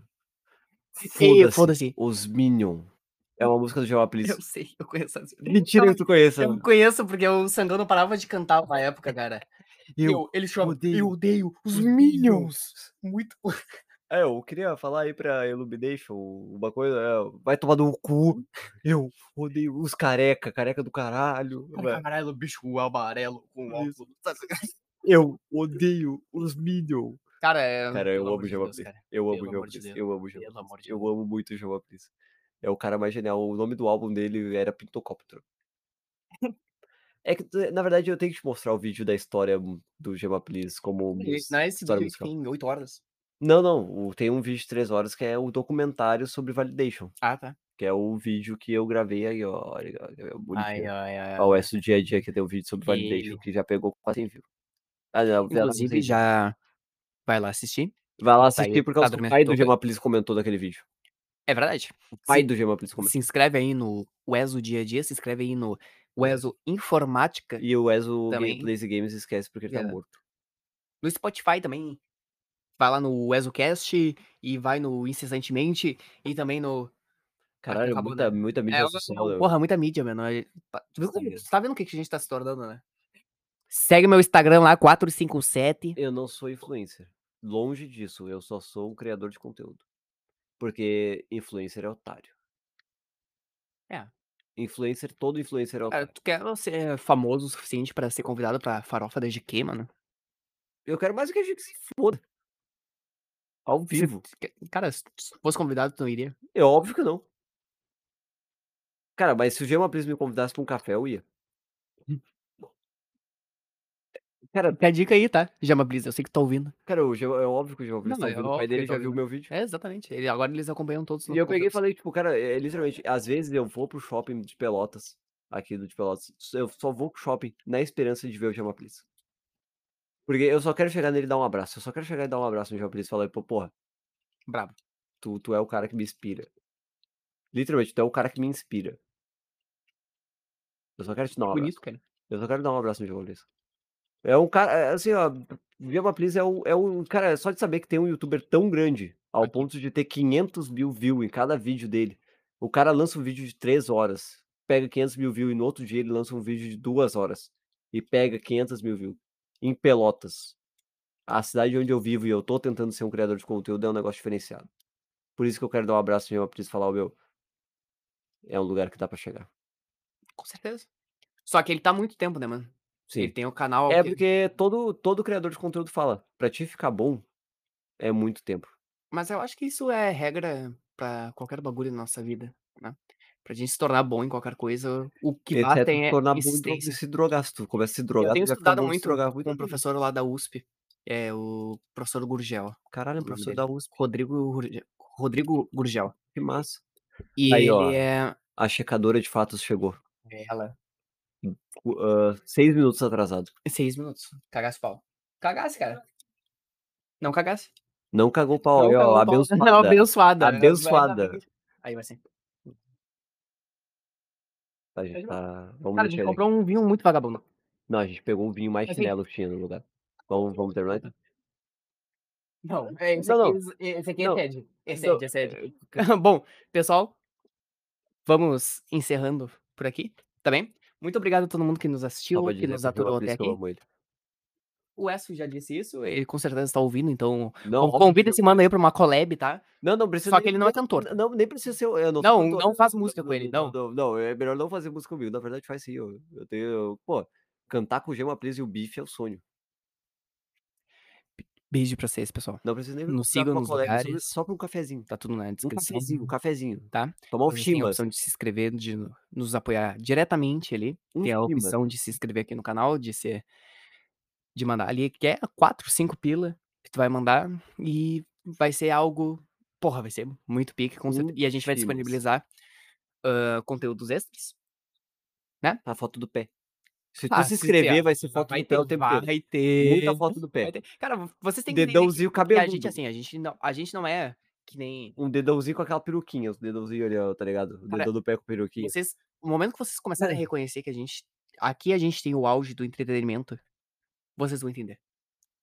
Ei,
Foda-se.
Foda-se.
os Minion. É uma música do Jean Aplis.
eu sei, eu conheço essa.
Mentira que tu conheça.
Eu conheço porque o Sangão não parava de cantar na época, cara.
É, Eu
ele chama,
odeio
eu odeio os
os
Minions. Muito.
É, eu queria falar aí pra Illumination uma coisa. é, vai tomar no cu. Eu odeio os careca, careca do caralho.
Cara, Caralho, bicho amarelo com óculos.
Isso. Eu odeio os Minion.
Cara, é-
Cara, eu
pelo
amo
amor
o
de
Jean
Deus,
Aplis.
cara.
Eu amo o
Pelo
Jean
amor de
Aplis.
Deus.
Eu amo o Jean
Pelo amor de
Eu amo muito o Jean Aplis. É o cara mais genial. O nome do álbum dele era Pintocóptero. É que, na verdade, eu tenho que te mostrar o vídeo da história hum, do Jean Aplis como.
Deus.
mus-
Não é esse
história
vídeo que
musical.
tem 8 horas.
Não, não. o- Tem um vídeo de três horas que é o documentário sobre Validation,
Ah, tá.
que é o vídeo que eu gravei aí, ó. Olha, olha, é
Ai,
bonitinho.
ai, ai.
A OS do dia a dia que tem um vídeo sobre Validation,
Ele.
que já pegou quase 100 views. Ah, não, ela não
Inclusive,
tem view.
já vai lá assistir.
Vai lá
tá aí,
assistir por causa
tá
do
dormindo
pai do
todo.
Gemapliz comentou daquele vídeo.
É verdade.
O pai do Gemapliz comentou.
Se inscreve aí no Weso Dia a Dia, se inscreve aí no Weso Informática,
E o Ezo
Também.
Gameplays e Games esquece porque ele tá
Verdade.
morto.
no Spotify também. Vai lá no WesoCast e vai no Incessantemente e também no
Caralho,
acabou,
muita,
né?
muita mídia
É,
social, né?
porra, muita mídia, mano. É, pa- Tu viu-
Sim.
tu tá vendo o que que a gente tá se tornando, né? Segue meu Instagram lá, 457.
Eu não sou influencer. Longe disso, eu só sou um criador de conteúdo. Porque influencer é otário.
É.
Influencer, todo influencer é
Cara,
otário.
Ah, tu quer ser famoso o suficiente pra ser convidado pra farofa da GQ, mano?
Eu quero mais que a gente se foda. Ao
Se-
vivo.
que- Cara, se tu fosse convidado, tu não iria.
É óbvio que não. Cara, mas se o Gema Pris me convidasse pra um café, eu ia.
Hum.
Cara,
Fica a dica aí, tá? Jama Brisa, eu sei que tu tá ouvindo.
cara o Gema, é óbvio que o Gema Pris
Não,
tá
é
ouvindo. O pai
óbvio que
dele
ele tá
já viu
ouvindo.
meu vídeo.
É, exatamente. Ele- agora eles acompanham todos. os
E
nossos
eu peguei e
conteúdos.
falei, tipo, cara, é, literalmente, às vezes eu vou pro shopping de Pelotas, aqui do de Pelotas, s- eu só vou pro shopping na esperança de ver o Jama Pris. Porque eu só quero chegar nele e dar um abraço. Eu só quero chegar e dar um abraço no Jama Pris e falar, pô, porra,
Bravo.
tu, tu é o cara que me inspira. Literalmente, tu é o cara que me inspira. Eu só quero te dar um abraço.
Bonito, cara.
Eu só quero dar um abraço no João Luiz. É um cara, é, assim, ó, Vilma Please é um, é um cara, só de saber que tem um youtuber tão grande, ao ponto de ter 500 mil views em cada vídeo dele. O cara lança um vídeo de 3 horas, pega 500 mil views e no outro dia ele lança um vídeo de 2 horas e pega 500 mil views. Em Pelotas, a cidade onde eu vivo e eu tô tentando ser um criador de conteúdo é um negócio diferenciado. Por isso que eu quero dar um abraço no Vilma Please e falar, o meu, é um lugar que dá pra chegar.
Com certeza. Só que ele tá há muito tempo, né, mano?
Sim.
Ele tem o canal.
É
que-
porque todo, todo criador de conteúdo fala, pra ti ficar bom, é muito tempo.
Mas eu acho que isso é regra pra qualquer bagulho na nossa vida, né? Pra gente se tornar bom em qualquer coisa, o que
Exceto
batem
se
é
tornar bom e dro-
insistência.
e se drogar. Se tu começa a se drogar,
Eu tenho
tu vai ficar
estudado
bom de se
muito
drogar
com
muito.
um
tempo.
professor lá da USP. É o professor Gurgel.
Caralho, é um
o nome
professor
dele.
da USP.
Rodrigo Gurgel. Rodrigo Gurgel.
Que massa.
E
Aí,
ele
ó. É
é
A checadora de fatos chegou.
ela.
Cu- ah, seis minutos atrasado.
Seis minutos. Cagasse pau. Cagasse, cara. Não cagasse.
Não cagou pau. aí,
Não,
ó,
cagou pau. Não,
abençoada.
abençoada.
Abençoada.
Vai lá. Aí vai ser.
Tá, gente, tá- Vamos
Cara, a
deixar
gente
ele
comprou um vinho muito vagabundo.
aqui. Não, a gente pegou o vinho mais
Mas,
chinelo que tinha no lugar. Vamos, vamos terminar então.
Não, é, esse,
Não,
aqui, esse aqui é
Não.
TED. Esse
Não,
é TED, esse é TED. Bom, pessoal, vamos encerrando por aqui, tá bem? Muito obrigado a todo mundo que nos assistiu,
Salva
que
de Deus,
nos
eu
aturou
por
até
isso assim, que
aqui.
eu amo ele.
O Esso já disse isso, ele com certeza está ouvindo, então
Não, óbvio
convida
que
esse mano aí pra uma collab, tá?
eu- Não, não precisa.
Só
nem-
que ele não é cantor.
Não, nem precisa ser. Eu não, sou
Não,
cantor.
não faz música com ele, não.
Não, não, é melhor não fazer música comigo. Na verdade, faz sim. Eu, eu tenho. eu- pô, cantar com o Gema Pris e o Bife é o sonho.
Beijo pra vocês, pessoal.
Não precisa nem
Nos
precisar de
sigam
uma
nos
colega, só-
lugares.
Só pra um cafezinho.
Tá tudo na
Um
descrição.
cafezinho, um cafezinho.
Tá?
Tomar um
Vocês têm a
chimas.
opção de se inscrever, de no- nos apoiar diretamente ali.
Um
Tem a
chimas.
opção de se inscrever aqui no canal, de ser. De mandar ali, que é 4, 5 pila que tu vai mandar. E vai ser algo. Porra, vai ser muito pique, com certeza.
Um
E a gente vai
chimas.
disponibilizar ah, conteúdos extras.
A foto do pé. Se
Ah,
tu se
se vier,
inscrever, vai ser foto
vai
do pé o
ter,
tempo inteiro.
vai ter.
Muita foto do
Vai
pé.
ter. Cara, vocês têm que entender que
Dedãozinho
que
cabeludo.
a gente, assim, a gente não, a gente não é que nem.
Um dedãozinho com aquela peruquinha. Os dedãozinhos ali, ó, tá ligado? O
Cara,
dedão do pé com peruquinha.
Vocês, no momento que vocês começarem a reconhecer que a gente. Aqui a gente tem o auge do entretenimento, vocês vão entender.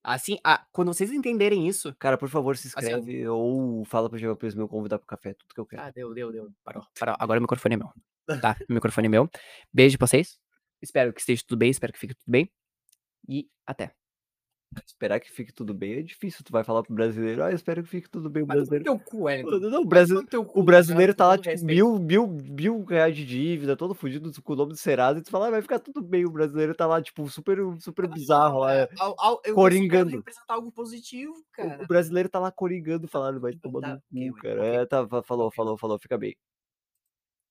Assim, a- quando vocês entenderem isso.
Cara, por favor, se
Assim, ó.
inscreve ou fala pro Gema Pris me convidar pro café. é Tudo que eu quero.
Ah, deu, deu, deu. Parou. parou. Agora o microfone é meu. Tá, o microfone é meu. Beijo pra vocês. Espero que esteja tudo bem, espero que fique tudo bem. E até. Ah.
Esperar que fique tudo bem é difícil. Tu vai falar pro brasileiro, ah, eu espero que fique tudo bem. O brasileiro.
teu cu,
Não, não, o, brasi-
teu cu,
o brasileiro tá lá, tipo, mil, mil, mil reais de dívida, todo fudido com o nome do Serasa, e tu fala, ah, vai ficar tudo bem. O brasileiro tá lá, tipo, super, super bizarro lá.
eh,
é. coringando.
representar algo positivo,
O, o brasileiro tá lá coringando, falando, vai tomando
Tá,
no
ok,
cu,
ok,
cara.
ok.
É, tá, fa- falou, falou, falou, fica bem.